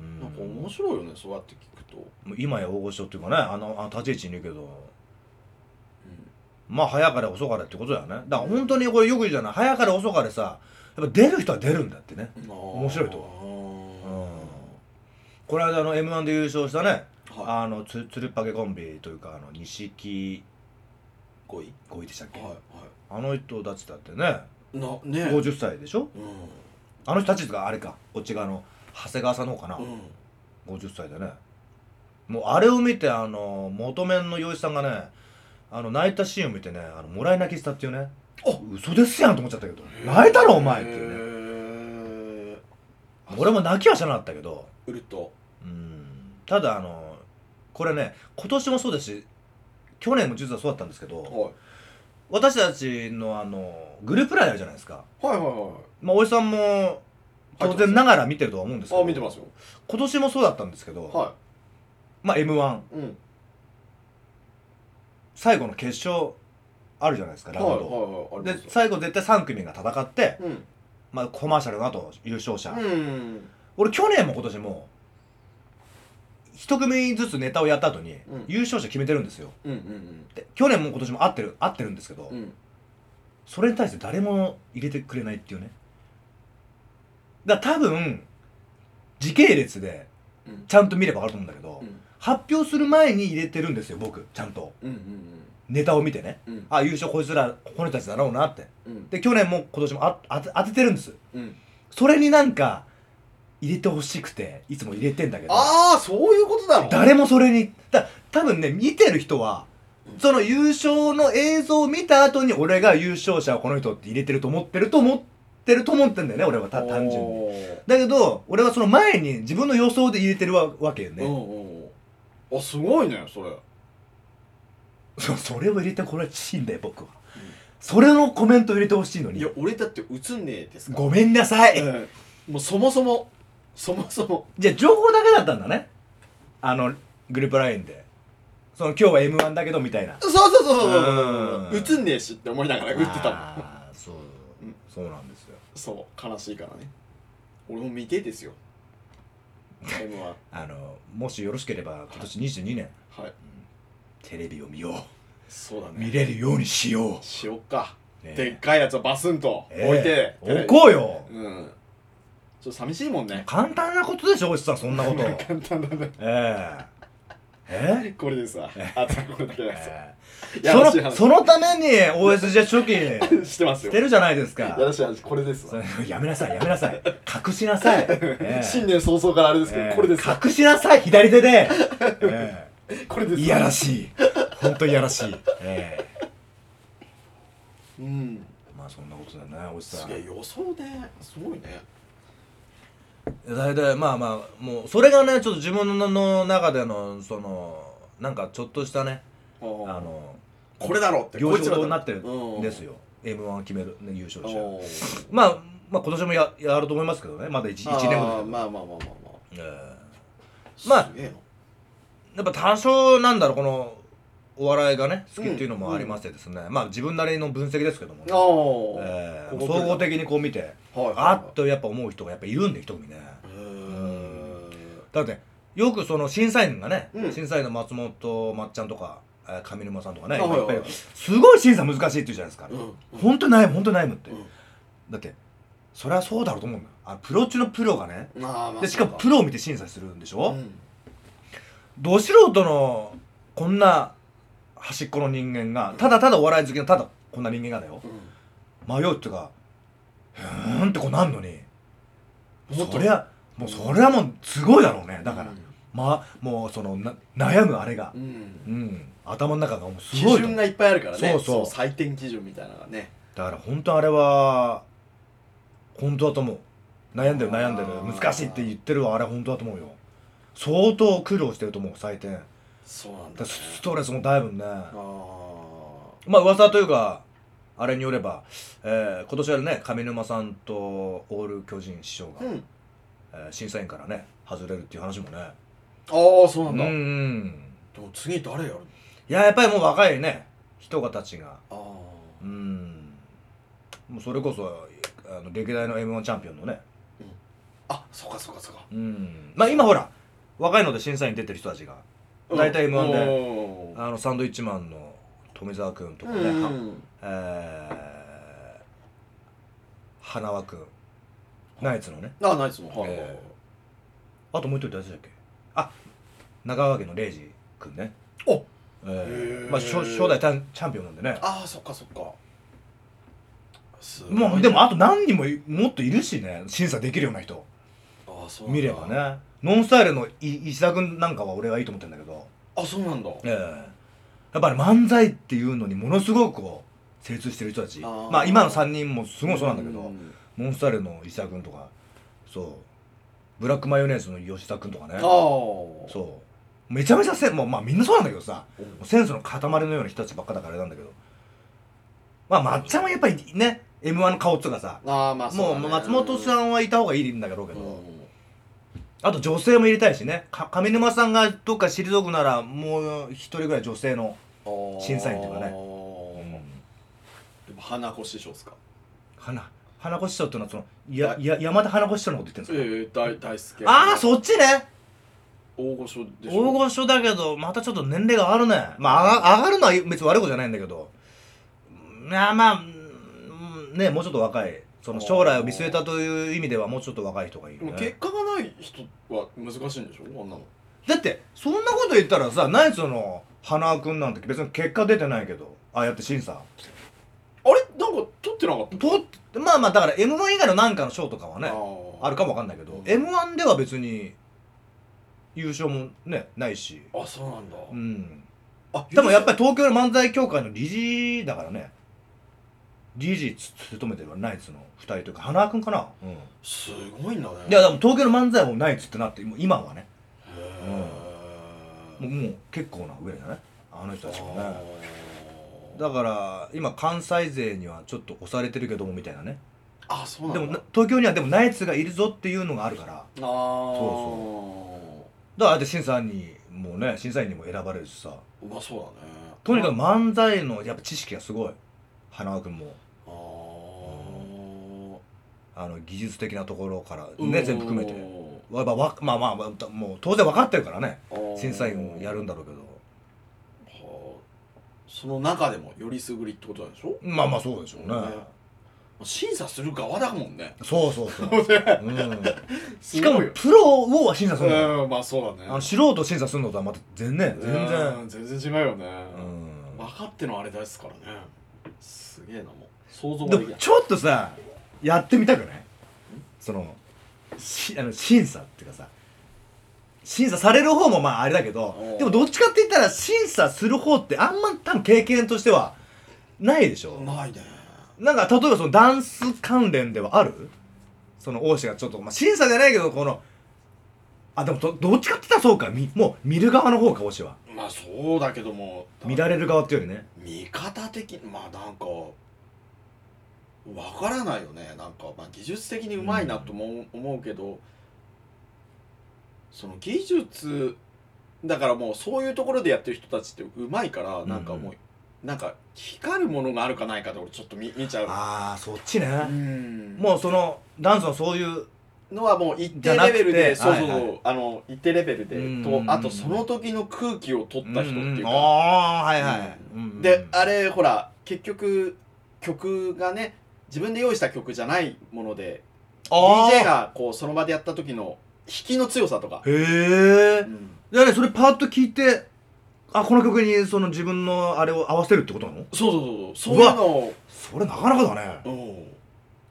B: うん
C: なんか面白いよねそうやって聞くと
B: もう今や大御所っていうかねあのあの立ち位置にいるけどまあ早かれ遅かれってことだよねだから本当にこれよく言うじゃない早かれ遅かれさやっぱ出る人は出るんだってね
C: 面
B: 白いと
C: 思
B: この間の m 1で優勝したね
C: うはい
B: あのつつるっぱげコンビというかあの錦
C: 5位
B: 鯉でしたっけ、
C: は
B: あの人たちだってね
C: いはいなね
B: 50歳でしょ
C: うん
B: あの人たちがあれかこっち側の長谷川さんの方かな、
C: うん
B: 50歳でねもうあれを見てあの元面の洋一さんがねあの泣いたシーンを見てねあのもらい泣きしたっていうね
C: あ
B: 嘘ですやんと思っちゃったけど泣いたろお前っていうね
C: いうね
B: 俺も泣きはしなかったけど
C: うると
B: うんただあのこれね今年もそうですし去年も実はそうだったんですけど
C: はい
B: 私たちのあのグループラインあるじゃないですか
C: はいはいは
B: まあおじさんも当然ながら見てるとは思うんですけ
C: い
B: ど
C: あ見てますよ
B: 今年もそうだったんですけど、
C: は
B: まあ m 1
C: いうん
B: 最後の決勝あるじゃないですか
C: は
B: ラ
C: い
B: ウン
C: は
B: ド、
C: いはいあり
B: で
C: ますよ
B: 最後絶対3組が戦って、
C: うん
B: まあ、コマーシャルの後優勝者、
C: うん
B: 俺去年も今年も一組ずつネタをやった後に、
C: うん
B: 優勝者決めてるんですよ
C: うんうん
B: で去年も今年も合ってる合ってるんですけど、
C: うん
B: それに対して誰も入れてくれないっていうねだから多分時系列で
C: うん
B: ちゃんと見れば分かると思うんだけど、
C: うん
B: 発表する前に入れてるんですよ僕ちゃんと
C: うん
B: ネタを見てね
C: うんうん
B: あ優勝こいつらこの人たちだろうなって
C: うん
B: で去年も今年もあ当て当ててるんです
C: うん
B: それになんか入れてほしくていつも入れてんだけど
C: ああそういうことなの
B: 誰もそれにだ多分ね見てる人は
C: うん
B: その優勝の映像を見た後に俺が優勝者はこの人って入れてると思ってると思ってると思ってんだよね俺はた単純に
C: おー
B: だけど俺はその前に自分の予想で入れてるわわけよ
C: う
B: ね
C: んうんうんあすごいねそれ
B: そうそれを入れてこれはしいんだよ僕は、
C: うん
B: それのコメントを入れてほしいの
C: い
B: に
C: や俺だって映んねえですから
B: ごめんなさい、
C: うんもうそもそもそもそも
B: じゃあ情報だけだったんだねあのグループラインでその今日は m 1だけどみたいな
C: そうそうそうそう
B: うん
C: 映んねえしって思いながら打ってたもん
B: あーそう
C: うん
B: そうなんですよ
C: そう悲しいからね俺も見てですよ M は
B: あのもしよろしければ今年22年
C: はい
B: テレビを見よ
C: そうだ
B: う見
C: ね
B: れるようにしよ
C: しよっか、
B: う、ね
C: でっかいやつをバスンと
B: ええ
C: 置いて、テレ
B: 置
C: ビ
B: こうよ
C: うんちょっと寂しいもんね
B: 簡単なことでしょおじさんそんなこと
C: 簡単だね
B: えええ
C: これでさあとこれだけのや
B: え
C: つやらしい
B: その
C: 話
B: そのために OSJ 初期
C: してます
B: し
C: よ
B: てるじゃないですか
C: やらしい話これです
B: そ
C: <laughs> わ
B: れやめなさいやめなさい隠しなさい、ええ
C: 新年早々からあれですけ
B: え
C: ど
B: え
C: これですわ
B: 隠しなさい左手で、え
C: これ
B: え
C: です
B: いやらしい本当いやらしい、ええ
C: いうん
B: まあそんなことだねおじさ
C: す
B: ん
C: げえ予想ですごいね
B: 大体まあまあもうそれがねちょっと自分の中でのそのなんかちょっとしたね
C: あ
B: あ
C: ー
B: の
C: これだろって
B: 行
C: こい
B: 事
C: つらだろ
B: になってる
C: うん
B: んですよ m 1決める、ね、優勝
C: あ
B: 者
C: ー
B: まあまあ今年もややると思いますけどねまだ 1, 一年後
C: あ
B: だ
C: ー
B: けど
C: まあまあまあまあまあ
B: ええまあ
C: すげえな
B: やっぱ多少なんだろうこのお笑いがね好きっていうのもありましてですね、まあ自分なりの分析ですけどもね、
C: ああ、
B: ええ
C: ここ
B: 総合的にこう見て
C: はいはいはい
B: あっとやっぱ思う人がやっぱいるんで一組ね
C: へー
B: だってよくその審査員がね、
C: うん
B: 審査員の松本まっちゃんとかえー上沼さんとかね
C: あはいはい
B: やっぱりすごい審査難しいって言うじゃないですか、
C: うんうん
B: 本当にない本当にないもんって、
C: うん
B: だってそれはそうだろうと思うんだあプロ中のプロがね
C: まあまあ
B: でしかもプロを見て審査するんでしょ、
C: うん
B: ど素人のこんな端っこの人間がただただお笑い好きのただこんな人間がだよ
C: う
B: 迷うっていうかふーんってこうなんのに
C: んもっと
B: そりゃもうそれはもうすごいだろうねだから、
C: うん
B: まあもうそのな悩むあれが
C: う、
B: うんん、頭の中がもうす
C: 基
B: ごいと思
C: 準
B: う
C: がいっぱいあるからね
B: そうそう
C: 採点基準みたいなのがね
B: だから本当あれは本当だと思う悩んでる悩んでる
C: あー
B: 難しいって言ってるわあれ本当だと思うよ相当苦労してると思う採点だか
C: そうなんだ
B: ら
C: ね
B: ストレスもだいぶね
C: ああ
B: まあ噂というかあれによれば、えー今年はね上沼さんとオール巨人師匠が、
C: うん
B: えー審査員からね外れるっていう話もね
C: ああそうな
B: うんんう
C: だで
B: ん
C: も次誰やる
B: いややっぱりもう若いね人がたちが
C: ああ
B: うんもうそれこそあの歴代の m 1チャンピオンのね
C: あそうかそうかそうか
B: うんまあ今ほら若いので審査員出てる人たちが大体 M1 で
C: で
B: あのサンドイッチマンの富澤君とかね、
C: う
B: は
C: ん
B: えー、花輪君ナイツのね
C: あないですもんはいはいはい
B: えあともう一人誰でしたっけあ中川家のレイジ君ね
C: お
B: え
C: へ
B: ー
C: ー
B: まあ初初代チャンチャンピオンなんでね
C: ああそっかそっかすごい
B: もうでもあと何人もいもっといるしね審査できるような人
C: ああそうなんだ
B: 見ればねノンスタイルのい石田君なんかは俺はいいと思ってるんだけど
C: あそうなんだ
B: ええやっぱり漫才っていうのにものすごくこう精通してる人たち
C: あー
B: まあ今の3人もすごいそうなんだけど、
C: ん
B: モンスターレの石田君とかそうブラックマヨネーズの吉田君とかね
C: ああ
B: そうめちゃめちゃせもう、まあ、みんなそうなんだけどさ
C: うん
B: もうセンスの塊のような人たちばっかだからあれなんだけどまあ抹茶もやっぱりね m 1の顔っつうかさ
C: ああまあ
B: もう松本さ
C: ん
B: んはいた方がいいんだろうけど、あと女性も入れたいしねか上沼さんがどっか退くならもう一人ぐらい女性の、審査員とかね
C: ねでも花子師匠ですか
B: 花花子師匠っていうのはそのやや山田花子師匠のこと言ってるんですか、
C: ええ大大好き
B: ああそっちね
C: 大御所でしょ
B: 大御所だけどまたちょっと年齢が上がるねまああが上がるのは別に悪いことじゃないんだけどいやまあうんねもうちょっと若いその将来を見据えたという意味ではもうちょっと若い人がい
C: で
B: る、
C: も
B: ね
C: 結、果がない人は難しいんでしょあんなの
B: だってそんなこと言ったらさナイツの花輪君なんて別に結果出てないけどああやって審査
C: あれなんか取ってなかった
B: とまあまあだから m 1以外の何かの賞とかはね
C: あ
B: あるかもわかんないけど、
C: うん
B: m 1では別に優勝もねないし
C: もあそうなんだ
B: うん
C: あ
B: でもやっぱり東京の漫才協会の理事だからね理事つ務めてるわナイツの2人というか花輪君かな、うん、
C: すごいんだね
B: いやでも東京の漫才もナイツってなってもう今はね
C: へえ
B: もうもう結構な上だねあの人たちもね
C: あー
B: だから今関西勢にはちょっと押されてるけどもみたいなね
C: あそう
B: で
C: な
B: も
C: んだ
B: な東京にはでもナイツがいるぞっていうのがあるからだか
C: ああ
B: そらあえて審査にもね審査員にも選ばれるしさ
C: うまそうだね
B: とにかく漫才のやっぱ知識がすごい花輪君も
C: あー
B: あの技術的なところからね全部含めて
C: お
B: わわわまあまあまあもう当然分かってるからね
C: ー
B: 審査員をやるんだろうけど
C: あーその中でもよりすぐりってことなんでしょ
B: まあまあそうでしょうね
C: 審査する側だもんね
B: そうそうそう、
C: <laughs>
B: うん、 <laughs> しかも
C: すごいよ
B: プロを審査するのよ
C: うんまあそうだね
B: あの素人を審査するのとはまた全然全然
C: うん全然違うよね
B: うん
C: 分かってのあれですからねすげえなもう想像も
B: で
C: でき
B: も
C: ない
B: ちょっとさやってみたくないそのしあの審査っていうかさ審査される方もまああれだけ
C: お
B: ど
C: う
B: でもどっちかって言ったら審査する方ってあんま多分経験としてはないでしょ
C: ないね
B: なんか例えばそのダンス関連ではあるその王子がちょっと、まあ、審査じゃないけどこのあでもどどっちかって言ったらそうかみもう見る側の方か王子は
C: まあそうだけども
B: 見られる側っていうよりね
C: 見方的まあなんかわからないよねなんか、まあ、技術的にうまいなとも思う思うけどその技術だからもうそういうところでやってる人たちってうまいからなんかもう、なんか光るものがあるかないかで俺ちょっと見見ちゃう
B: ああそっちね、
C: うん
B: もうそのダンスのそういう
C: のはもう一
B: じゃ
C: 定
B: なく
C: レ
B: て
C: ベルでそう
B: は
C: そ、
B: いうはい
C: あの一定レベルで
B: う
C: と
B: ん
C: あとその時の空気を取った人っていうか、
B: んんああはいはい、うん
C: であれほら結局曲がね自分で用意した曲じゃないもので
B: あ
C: DJ
B: ー
C: がこうその場でやった時の引きの強さとか、
B: へ
C: う
B: え
C: ん
B: じゃあねそれパッと聞いてあこの曲にその自分のあれを合わせるってことなの
C: そうそうそうそうそういうのを
B: それなかなかだね
C: うん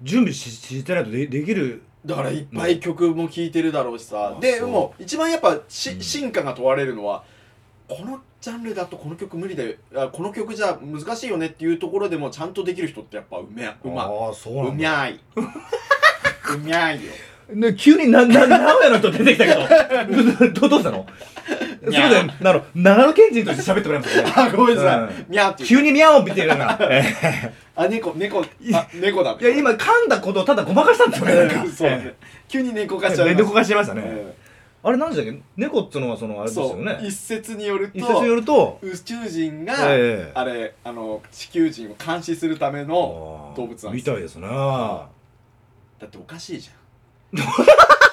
B: 準備ししてないとでできる
C: だからいっぱい曲も聴いてるだろうしさ
B: あ
C: で
B: そう
C: もう一番やっぱ
B: うん
C: し進化が問われるのはこのジャンルだとこの曲無理だよあこの曲じゃ難しいよねっていうところでもちゃんとできる人ってやっぱうめえうま
B: ああそう
C: う
B: なん
C: み
B: だ、 <laughs>
C: ゃいうみゃいよ
B: ね、急になな名古屋の人出てきたけどどどどうしたのそう
C: にゃー
B: だよなの長野県人として喋ってくれますよね
C: あごめんなさ
B: う
C: いみゃーっていう
B: 急にミャオみたいなのがえ
C: あ猫猫あ猫だね
B: ーいや今噛んだことをただごまかしたんですよねなんか
C: <laughs> そうね急に猫化しち
B: え
C: ゃいま
B: え
C: す
B: 猫化してましたね、
C: うん
B: あれなんでしたっけ猫っつうのはそのあれですよ
C: そう
B: ね
C: 一説によると
B: 一説によると
C: 宇宙人が
B: ええ
C: あれあの地球人を監視するための動物なんです
B: みたいですね
C: だっておかしいじゃ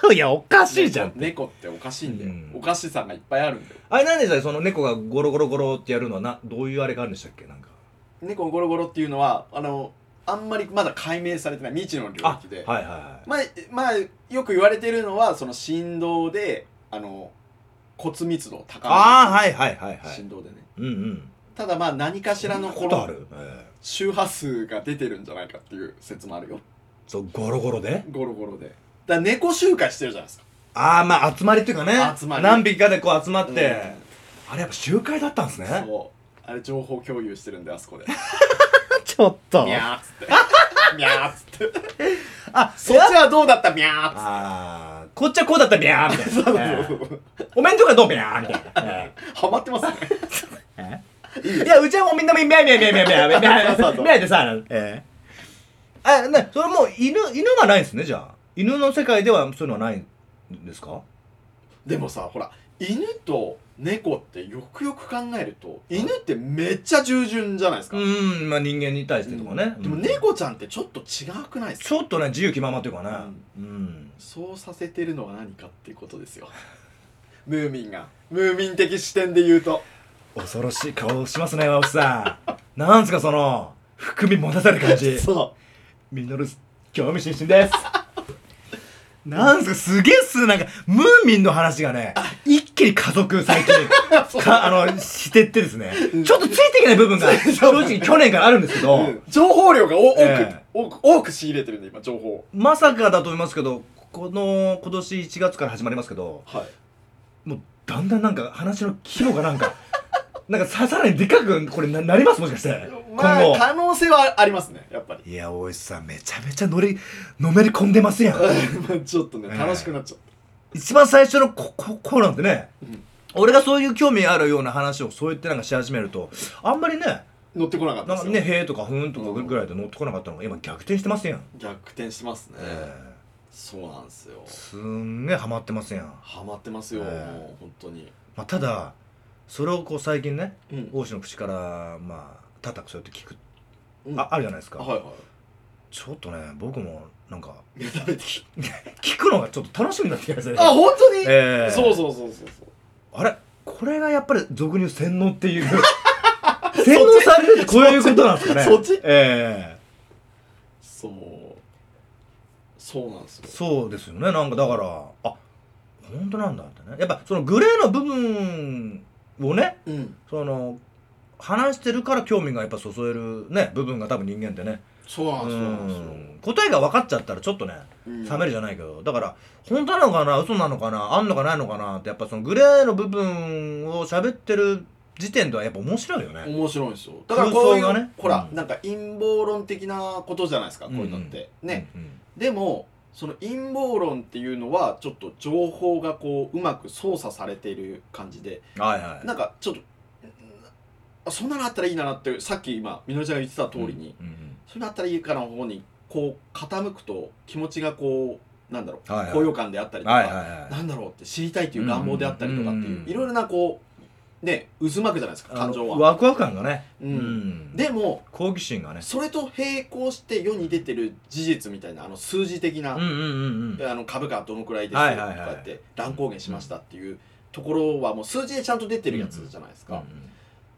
C: ん
B: いやおかしいじゃん
C: 猫っておかしいんだよ、
B: うん
C: おかしさがいっぱいあるんだよ
B: あれなんでしたっけその猫がゴロゴロゴロってやるのはなどういうあれがあるんでしたっけなんか
C: 猫ゴロゴロっていうのはあのあんまりまだ解明されてない未知の領域で、
B: はいはいはい
C: まあまあよく言われてるのはその振動であの骨密度を高める
B: ああはいはいはいはい
C: 振動でね
B: うんうん
C: ただまあ何かしらの
B: こ
C: こと
B: あ
C: の
B: るええ
C: 周波数が出てるんじゃないかっていう説もあるよ
B: そうゴロゴロで
C: ゴロゴロでだから猫集会してるじゃないですか
B: ああまあ集まりっていうかね
C: 集まり
B: 何匹かでこう集まって
C: う
B: あ
C: ん
B: れやっぱ集会だったんですね
C: そうあれ情報共有してるんであそこで
B: ちょっと
C: ミャーっつって <laughs> ミャーっつって
B: あ
C: そっちはどうだったミャーっつって
B: ああこっちはこうだったらビャーみたいな
C: そうそうそう
B: ええお面とかどうビャーみたいな
C: <laughs>
B: ええ
C: ハマってますね
B: いや、うちはもうみんなみんなみんなみんなみんなみんなみんなみんなでさ、ええ。あ、ね、それもう犬、犬がないんですね、じゃあ。犬の世界ではそういうのはないんですか
C: でもさほら犬と猫ってよくよく考えると犬ってめっちゃ従順じゃないですか、
B: うん、まあ人間に対してとかね。
C: でも
B: うん
C: 猫ちゃんってちょっと違くないです
B: ち
C: か
B: ょっとね、自由気ままというかね。うん。
C: そうさせてるのは何かっていうことですよムーミンがムーミン的視点で言うと
B: 恐ろしい顔をしますね、青木さ <laughs> ん。なんすか、その、含み持たされる感 <laughs> じ。
C: そ
B: ミノルス、興味津々です。なんすか、すげえっす、なんか、ムーミンの話がね、一気に加速、最
C: <laughs>
B: 近。か、あの、してってですね、ちょっとついていけない部分が、正直去年からあるんですけど、
C: うん情報量がお多く、
B: ええ
C: 多く多く仕入れてるんで今情報
B: まさかだと思いますけど、この、今年1月から始まりますけど、
C: はい
B: もう、だんだんなんか、話の規模がなん
C: <laughs>
B: か、なんかさ、さらにでかく、これな、なりますもしかして。
C: まあ
B: 今後。
C: 可能性はありますねやっぱり
B: いや、大石さん、めちゃめちゃ乗り、のめり込んでますやん。
C: まあ <laughs> ちょっとね
B: ええ
C: 楽しくなっちゃっ
B: 一番最初のこここうなんてね、
C: うん
B: 俺がそういう興味あるような話をそう言ってなんかし始めるとあんまりね
C: た乗ってこなかっ
B: な
C: たで
B: んか
C: すよ
B: ね「へえ」とか「ふーん」とかぐらいで乗ってこなかったのが今逆転してますやん、
C: 逆転してますね、
B: え
C: そうなんですよ
B: ーすんげえハマってますやん、
C: ハマってますよ、
B: ええ
C: もう本当に
B: まあ、ただそれをこう最近ね
C: うん
B: 王子の口からまあ叩くそうやって聞く、
C: うん
B: ああるじゃないですか、
C: はいは
B: ちょっとね僕もなんか
C: いいや食べてき
B: 聞くのがちょっと楽しみになってきましたね
C: あ本当に、
B: ええ
C: そうそうそうそうそう
B: あれこれがやっぱり俗に言う洗脳っていう
C: <laughs>
B: 洗脳されるってこういうことなんですかね
C: そっち
B: え
C: そうそうなんです
B: え
C: よ
B: そうですよねなんかだからあ本当なんだってねやっぱそのグレーの部分をね
C: うん
B: その話してるから興味がやっぱそそえるね部分が多分人間ってね
C: そうなんですよそうなんですよ
B: うん答えが分かっちゃったらちょっとね
C: うん
B: 冷めるじゃないけどだから本当なのかな嘘なのかなあんのかないのかなってやっぱそのグレーの部分を喋ってる時点ではやっぱ面白いよね
C: 面白い
B: <laughs>
C: んですよだからこうい
B: 空
C: う、
B: 想がね
C: ほら、
B: うん
C: なんか陰謀論的なことじゃないですかこういうのって、ね、
B: うんうん
C: でもその陰謀論っていうのはちょっと情報がこううまく操作されている感じで
B: はいはい
C: なんかちょっとうんあそんなのあったらいいななってさっき今みのりちゃんが言ってた通りに、
B: うんうん
C: それだったらいいかの方にこう傾くと気持ちがこうなんだろう、
B: はいはい
C: 高揚感であったりとか、
B: はいはいは
C: なんだろうって知りたいという願望であったりとかっていう、
B: うん
C: いろいろなこうね渦巻くじゃないですか
B: い
C: 感情
B: あ
C: は。
B: のワクワク感がね
C: う
B: うんん
C: でも
B: 好奇心がね
C: それと並行して世に出てる事実みたいなあの数字的な、
B: うんうんうんうん
C: あの株価はどのくらいです
B: は
C: よ
B: い
C: と
B: はい
C: か
B: はい
C: って乱高下しましたっていうところはもう数字でちゃんと出てるやつじゃないですか、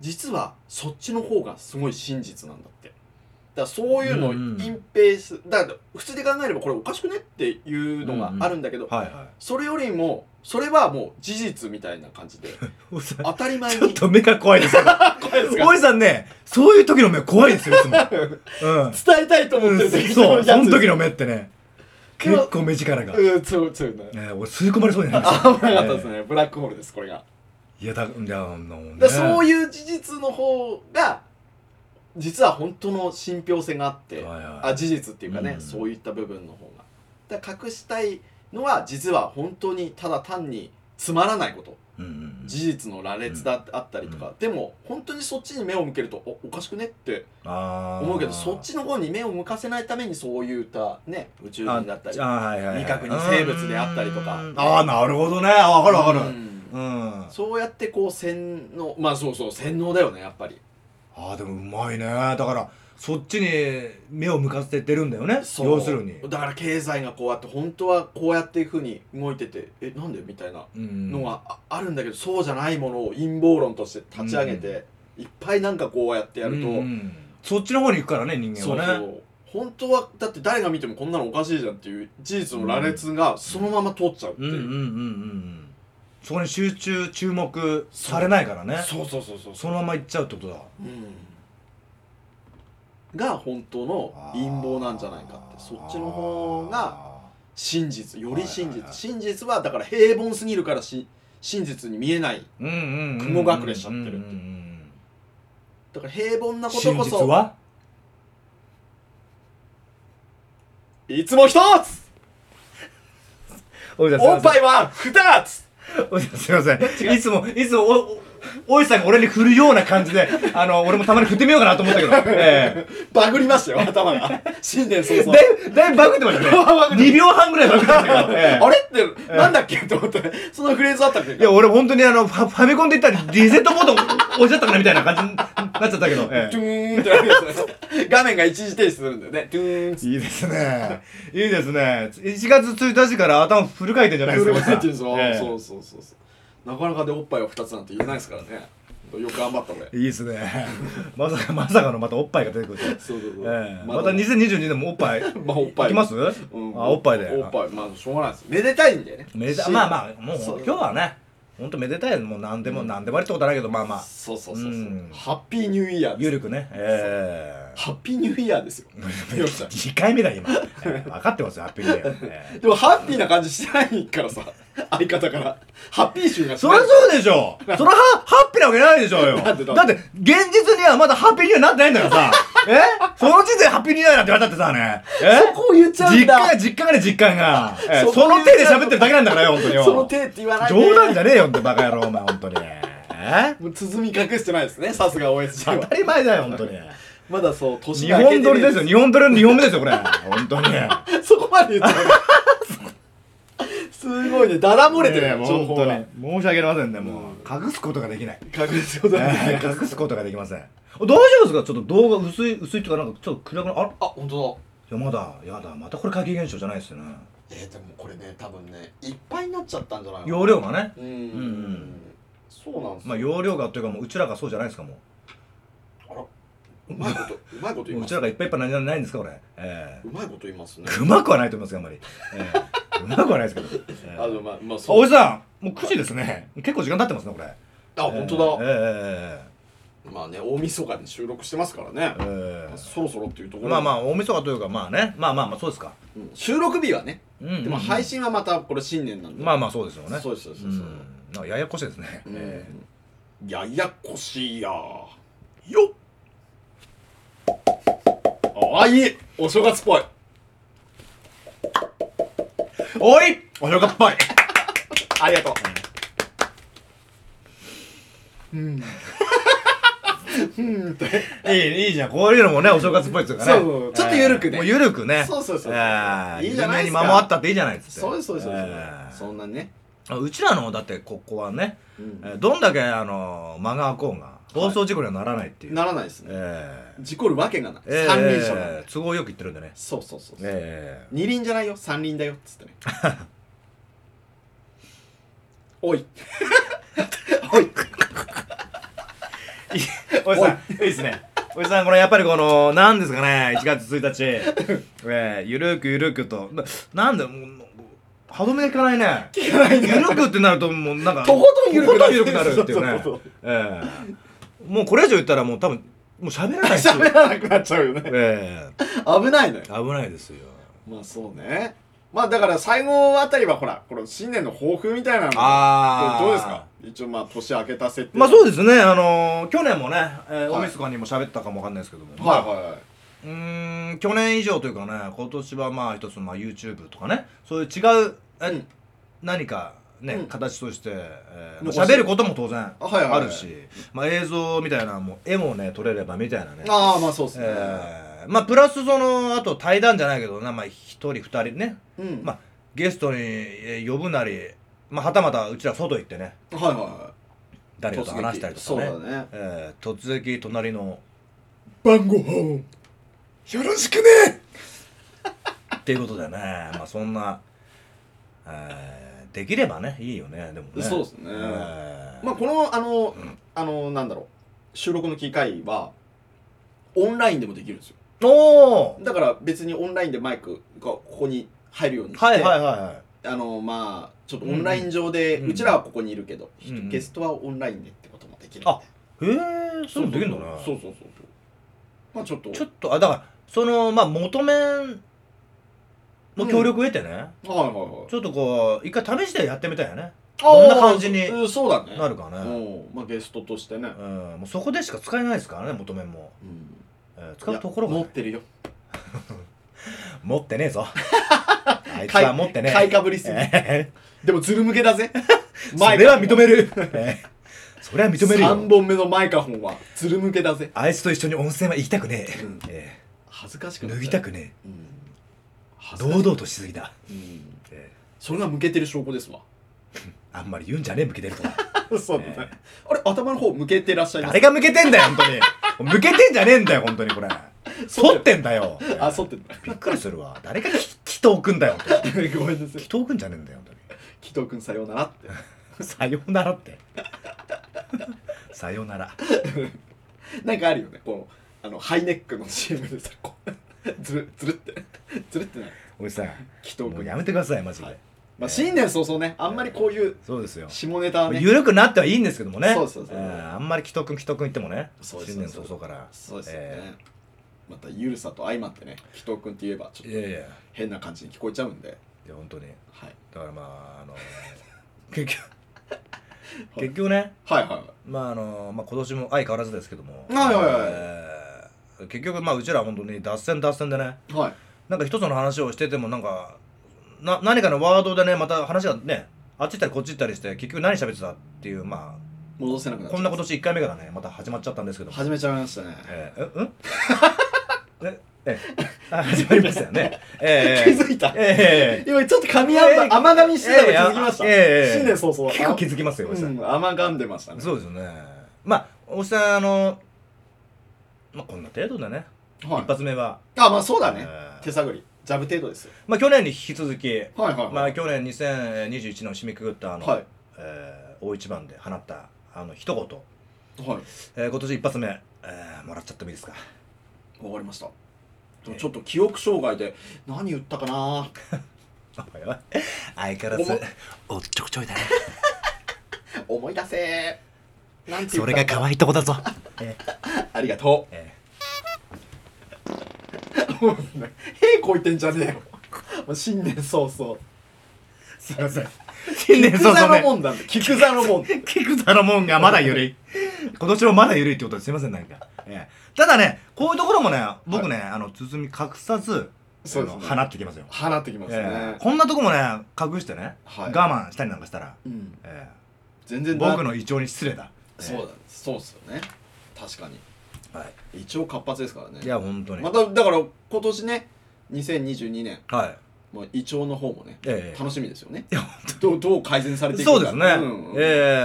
C: 実はそっちの方がすごい真実なんだってだからそういうのを
B: うんうん
C: 隠蔽すだから普通で考えればこれおかしくねっていうのがあるんだけど、
B: はいは
C: それよりもそれはもう事実みたいな感
B: <laughs>
C: じで
B: いち
C: 当たり前に
B: ょっと目が怖いですよ
C: 怖いですか
B: おじさんねそういう時の目怖いですよいつもうん
C: 伝えたいと思ってる
B: うん
C: 時
B: そう、そ
C: やつ
B: の時の目ってね、結構目力が。
C: うんそうそうね
B: えー俺吸い込まれそうになりまし
C: あ危なかったです
B: ね。
C: ね、ブラックホールですこれが
B: いや、だ、いや、あのね
C: だからそういう事実の方が実は本当の信憑性があって、
B: はいはい
C: あ事実っていうかね、
B: うん
C: そういった部分の方がだから隠したいのは実は本当にただ単につまらないこと
B: うんうん
C: 事実の羅列だあったりとか、でも本当にそっちに目を向けるとおおかしくねって
B: あー
C: 思うけどそっちの方に目を向かせないためにそういったね宇宙人だったり
B: ああはいはいはい
C: 未確認生物であったりとか
B: うんああ、なるほどね。あわかるわかる。
C: うん
B: うん。あ
C: そうやってこう洗脳まあそうそう洗脳だよねやっぱり
B: あ、でもうまいね。だから、そっちに目を向かせてるんだよね。
C: そう
B: 要するに。
C: だから経済がこうやって本当はこうやっていうふうに動いててえなんでみたいな
B: うん
C: のがああるんだけどそうじゃないものを陰謀論として立ち上げて、いっぱいなんかこうやってやると、
B: うんうんそっちの方に行くからね、人間
C: そう
B: は
C: そ
B: ね。
C: う本当はだって誰が見てもこんなのおかしいじゃんっていう事実の羅列がそのまま通っちゃうって
B: う
C: い
B: ん
C: う、
B: うんうんうんうん。そこに集中、注目されないからね。
C: そうそうそうそう
B: そのまま行っちゃうってことだ。
C: うんが本当の陰謀なんじゃないかってそっちの方が真実より真
B: はいはい
C: 実、
B: はい
C: 真実はだから平凡すぎるからし真実に見えない
B: うんうんうん
C: 雲隠れしちゃってるっていうん
B: ん
C: だから平凡
B: う
C: な
B: ん
C: こと
B: 真
C: こ
B: 実
C: そ
B: はい
C: つも一つ
B: おじ
C: おっぱいは二つ
B: すいませんいつもいつもおおおじさんが俺に振るような感じであの俺もたまに振ってみようかなと思ったけどえ
C: バグりましたよ頭が新年早
B: え
C: 々
B: だいぶだいぶバグってましたね2秒半ぐらいバグってましたけ <laughs> ど、ええ
C: あれってなんだっけと思ってそのフレーズだったっけ
B: いや俺本当にあのファファミコンで言ったらリセットボード押しちゃったかなみたいな感じになっちゃったけど、え
C: トゥーンってなるやつね画面が一時停止するんだよねトゥーンっ
B: えいいですねいいですね1月1日から頭フル回転じゃないですかおじさん
C: てそう
B: ええ
C: そうそうそうそうなかなかでおっぱいは二つなんて言えないですからねよく頑張った俺
B: いいですね。まさか、まさかのまたおっぱいが出てくると。
C: そうそうそう、
B: ええ
C: ま
B: ま
C: だ
B: た2022年もおっぱい。
C: まあおっぱい
B: いき <laughs> ます
C: うん
B: あ、おっぱいで。
C: おっぱいまあしょうがないですめでたいんだよね
B: めでた
C: し
B: まあまあ、もう
C: そう
B: 今日はね、ほんとめでたい。もう何でも、何でもありってことはないけど、まあまあ、
C: そうそうそうそう
B: うん
C: ハッピーニューイヤーです
B: 有力ね。ええ
C: ハッピーニューイヤーですよよっ
B: <laughs>
C: しゃ
B: 2回目だ、今。ええ分かってます
C: <laughs>
B: よ、ハッピーニューイヤーええ
C: でもハッピーな感じしてないからさ <laughs> 相方からハッピー集がし
B: そり
C: な
B: ゃ
C: い
B: そうでしょそりゃハハッピーなわけないでしょうよだ
C: なん
B: っ
C: で
B: て
C: なんで
B: 現実にはまだハッピーニューイヤーになってないんだ
C: <laughs>
B: からさえその時点でハッピーニューイヤーなんて言われたってさねえ
C: そこを言っちゃうん
B: 実
C: だ
B: 感が実感がね実感が、ええ
C: そこ
B: その手で喋ってるだけなんだからよ本当によ
C: その手って言わないで
B: 冗談じゃねえよってバカ野郎お前本
C: <laughs>
B: 当にえ
C: もう包み隠してないですねさすが OSG
B: 当
C: は
B: たり前だよ本当に
C: まだそう年
B: 日
C: が明け
B: 本
C: て
B: 撮
C: ね
B: りですよ日本撮りの2本目ですよこれ本当に
C: そこまで言っちゃうすごいねだだ漏れてるね
B: もう
C: 情報
B: 本当
C: が
B: に申し訳ありませんねもう隠すことができない
C: 隠すことはない
B: えー隠すことができません大丈夫ですかちょっと動画薄い薄いっていうかなんかちょっと暗くなあらい
C: あ本当
B: やまだやだまたこれ怪奇現象じゃないですよね
C: だえー、でもこれね多分ねいっぱいになっちゃったんじゃないの
B: 容量がね
C: うん
B: うんうん
C: そうなんですよ、
B: まあ容量がというかもううちらがそうじゃないですかも
C: うまいことうまいこと
B: う
C: 言いうま
B: ち
C: す
B: らがいっぱいいっぱいなんじゃないんですかこれえ
C: うまいこと言いますね
B: えうまくはないと思いますよあんまりええうまくはないですけどええ
C: あでもまあ、まあ、
B: あおじさんもう9時ですね結構時間経ってますねこれあ
C: あ本当だ、
B: ええ
C: まあね大晦日に収録してますからね
B: ええ、ええ
C: そろそろっていうところ
B: まあま
C: あ、
B: あ大晦日というかまあねまあまあまあそうですか
C: うん収録日はね、
B: うんうんうん
C: でも配信はまたこれ新年なんで
B: まあ
C: ま
B: まあそうですよね
C: そうですそうですそう
B: う
C: です、
B: んなんかややこしいですね
C: うん
B: え
C: ややこしいやよっああいいお正月っぽい
B: えおいおよかっぱい
C: ありがとううんうんって
B: いい、いいじゃん。こういうのもね、お正月っぽいっすからね。
C: そうそうちょっと緩
B: え
C: くね
B: ーもう緩くね。
C: そうそうそうそう
B: えー
C: いいじゃないですか
B: 夢に守ったっていいじゃないっつって。
C: そうですそうですそうです、
B: えー
C: そんなね、
B: あうちらの、だって、ここはね、
C: うん
B: えーどんだけ、あのー、間が空こうが、放送事故にはならないっていう。
C: ならないですね
B: え
C: 事故るわけがない、
B: ーえー
C: 三輪車なんで
B: 都合よく言ってるんでね。
C: そうそうそうそう、
B: え
C: 二輪じゃないよ三輪だよっ
B: <laughs>
C: つってねおいおい
B: ー、おじさん、いいですね。おじさん、これやっぱりこの、なんですかね、1月1日。えー、ゆるくゆるくと。ななんで、もう、歯止めが効かないね。
C: 聞かない
B: ゆ
C: ね
B: るくってなると、もうなんか、
C: とことん緩くな
B: とことん
C: る
B: 緩くなるっていうね
C: そうそう。
B: ええもうこれ以上言ったら、もう多分、もう喋らない
C: <laughs>
B: ですよ。
C: 喋らなくなっちゃうよね
B: ええ
C: 危ないのよ
B: 危ないですよ。
C: まあそうねまあだから最後あたりはほらこの新年の抱負みたいなの
B: あー
C: どうですか一応まあ年明けた設定
B: まあそう
C: で
B: ですね、あのー去年もね、えー
C: はい
B: おみそかにも喋ったかもわかんないですけども、
C: はい
B: まあ
C: はいはいう
B: ーん、去年以上というかね、今年はまあ一つ、まあ YouTube とかね、そういう違う、え
C: うん
B: 何かね、
C: うん
B: 形として、えーま
C: 残
B: あ
C: す
B: 喋ることも当然
C: はいはいはい
B: あるし、まあ映像みたいな、もう絵もね、撮れればみたいなね。
C: ああまあそうですね、
B: えーまあプラスそのあと対談じゃないけどなまあ一人二人ね
C: うん
B: まあゲストにえー呼ぶなり、まあ、はたまたうちら外行ってね
C: はいはいは
B: 誰
C: い
B: かと話したりと
C: そ
B: か
C: う
B: ね
C: だね
B: えー突撃隣の
C: 晩ご飯よろしくね
B: っていうことでねまあそんな、えーできればねいいよねでもね
C: そうですね
B: えー
C: まあこのあの、あのなんだろう収録の機会はオンラインでもできるんですよ
B: おー
C: だから別にオンラインでマイクがここに入るようにして、
B: はいはいはいはい
C: あのまあちょっとオンライン上で、
B: う
C: うん
B: うん
C: ちらはここにいるけど、
B: うんうん
C: ゲストはオンラインでってこともできる
B: あえー、そういうのできるんだね
C: そうそうそうそうまあちょっと
B: ちょっとあだからそのまあ求めの協力を得てね、
C: はいはいはい
B: ちょっとこう一回試してやってみたいよね
C: あー
B: どんな感じに
C: うんそうだね
B: なるか
C: う
B: ね、
C: んまあゲストとしてね、
B: うん、もうそこでしか使えないですからね求めも、
C: うん
B: えー使うところが
C: い
B: な
C: や
B: い
C: 持ってる
B: <laughs>
C: よ
B: 持ってねえ
C: <laughs>
B: ぞあいつは持ってね
C: 買いかぶりすぎ、
B: え
C: でもズル向
B: <laughs>
C: けだぜ
B: ーそれは認める、 <laughs> えーそれは認めるよ
C: 3本目のマイカホンはズル向けだぜ
B: あいつと一緒に温泉は行きたくねえ、
C: うん
B: え
C: 恥ずかしく
B: ー
C: な
B: 脱
C: っ
B: ぎ
C: ちゃ
B: た
C: う
B: くね
C: うん
B: え
C: 恥ずかし
B: 堂々としすぎだ、
C: うん
B: え
C: それが向けてる証拠で
B: <laughs>
C: すわ
B: ーあんまり言うんじゃねえ向けてるとか
C: そう
B: だね
C: あれ頭の方向けてらっしゃいま
B: 誰
C: す
B: が向けてんだよ本当に向 <laughs> けてんじゃねえんだよ本当にこれ反ってんだよ
C: あそうってんだ
B: びっくりするわ誰が祈祷くんだよ本当に <laughs>
C: ごめんなさい
B: 祈祷くんじゃねえんだよ本当に
C: 紀藤君さようならって
B: さよならって。さよなら。
C: なんかあるよねこうあのハイネックの CM でさこう <laughs> ズルズルってズルってなる
B: おじさん、
C: 紀藤
B: もう
C: 君
B: やめてください、マジで。
C: はいまあ新年早々ねあんまりこういう
B: そうですよ。
C: 下ネタはね
B: 緩くなってはいいんですけどもね。
C: そうそうそう
B: えーあんまり既得君、既得君言ってもね。
C: そうです
B: 新年早々から。
C: そうですよね、
B: え
C: またゆるさと相まってね紀藤君って言えばちょ
B: ーい
C: っと
B: やいや、い
C: 変な感じに聞こえちゃうんで
B: や、本当に。
C: はい
B: だからまあ、あの、結局、結局ね、
C: はいはいはい
B: まああの、まあ今年も相変わらずですけども。
C: はいはいはい
B: えー結局、まあうちらは本当に脱線脱線でね、
C: はい。
B: なんか一つの話をしててもなんかな何かのワードでねまた話がねあっち行ったりこっち行ったりして結局何喋ってたっていうま
C: 戻せなく
B: あ
C: なっ
B: こ
C: ちゃ
B: ん
C: う
B: な今年1回目からねまた始まっちゃったんですけども
C: 始めちゃいましたね。
B: えー、えうんええあ始まりましたよね。ええ
C: <laughs> 気づいた
B: ええ
C: 今ちょっと噛み合っ
B: え
C: た、
B: ー
C: 甘噛みしてたの気づきました。
B: えーえー
C: 新年早々。
B: 結構気づきますよ、おじさん。
C: うん、甘噛んでましたね。
B: そうですよね。まあ、おじさん、あの、まあ、こんな程度だね。
C: はい
B: 一発目は。
C: あ、まあそうだね
B: え。ー
C: 手探り。ジャブ程度ですよ。
B: まあ、去年に引き続き、
C: はいはいはい
B: まあ、去年2021年を締めくくった、あの、
C: はい
B: えー大一番で放った、あの、一言。
C: はい。
B: えー今年一発目、えーもらっちゃってもいいですか。 <laughs>
C: わかりました。でもちょっと記憶障害で何言ったかな
B: あやばい相変わらず、おっちょこちょ <laughs> いだね。
C: 思い出せなんて言
B: そ
C: った
B: れが可愛いとこだぞ。え
C: ありがと
B: え
C: う。 <laughs> もうね屁こいてんじゃねえよ。もう新年早々。
B: すいません。 <laughs> 新年
C: 菊
B: 早
C: 座
B: 々
C: の
B: ね。
C: もんなんだ。菊座のも
B: <laughs>
C: んだ。
B: 菊田のもんがまだ緩い。今年もまだ緩いってことですいません、なんか。ええ、ただね、こういうところもね、僕ね、あの、包み隠さず、
C: そうですね
B: あの放ってきますよ。
C: 放ってきますね。
B: ええこんなとこもね、隠してね、
C: はい
B: 我慢したりなんかしたら、
C: うん。
B: え
C: 全
B: え
C: 然だ
B: 僕の胃腸に失礼だ。
C: そうだ、そうっすよね。確かに。
B: だ。は
C: 一応活発ですからね。
B: い。いや、本当に。
C: まただから今年ね2022年
B: はい。
C: もう胃腸の方もね、
B: ええ
C: 楽しみですよね
B: いや、
C: どうどう改善されていくか
B: そうですね。
C: んうん
B: ええ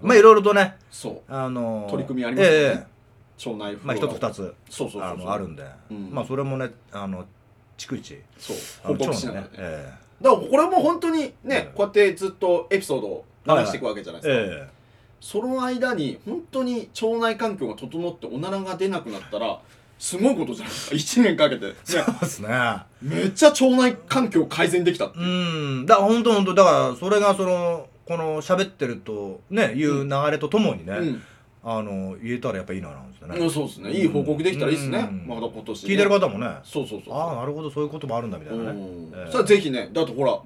B: まあ、いろいろとね、
C: そう
B: あのー
C: 取り組みありますよね
B: ええ
C: 腸内フローラ
B: まあ、一つ二つ、
C: そうそうそうそう
B: あの、あるんで、
C: うん
B: まあ、それもね、あの、逐一、
C: そう
B: あの
C: 報告しながら
B: 腸
C: ね
B: のええ
C: だからこれはもう本当に
B: え
C: ね
B: え
C: こうやってずっとエピソードを流していくわけじゃないですか、
B: ええ
C: その間に本当に腸内環境が整っておならが出なくなったらすごいことじゃないですか1年 <laughs> かけて、ね、
B: そうですね。
C: めっちゃ腸内環境改善できたって
B: う。
C: いうん
B: だから本当本当だからそれがそのこの喋ってるとねいう流れとともにね、
C: うん
B: あの言えたらやっぱいいななんですよ
C: う
B: ね。
C: んそうですねいい報告できたらいいですね、
B: うん
C: まだ今年ね、
B: 聞いてる方もね、
C: そうそうそう
B: ああなるほどそういうこともあるんだみたいなね。
C: うん
B: ええ
C: それはぜひねだとほら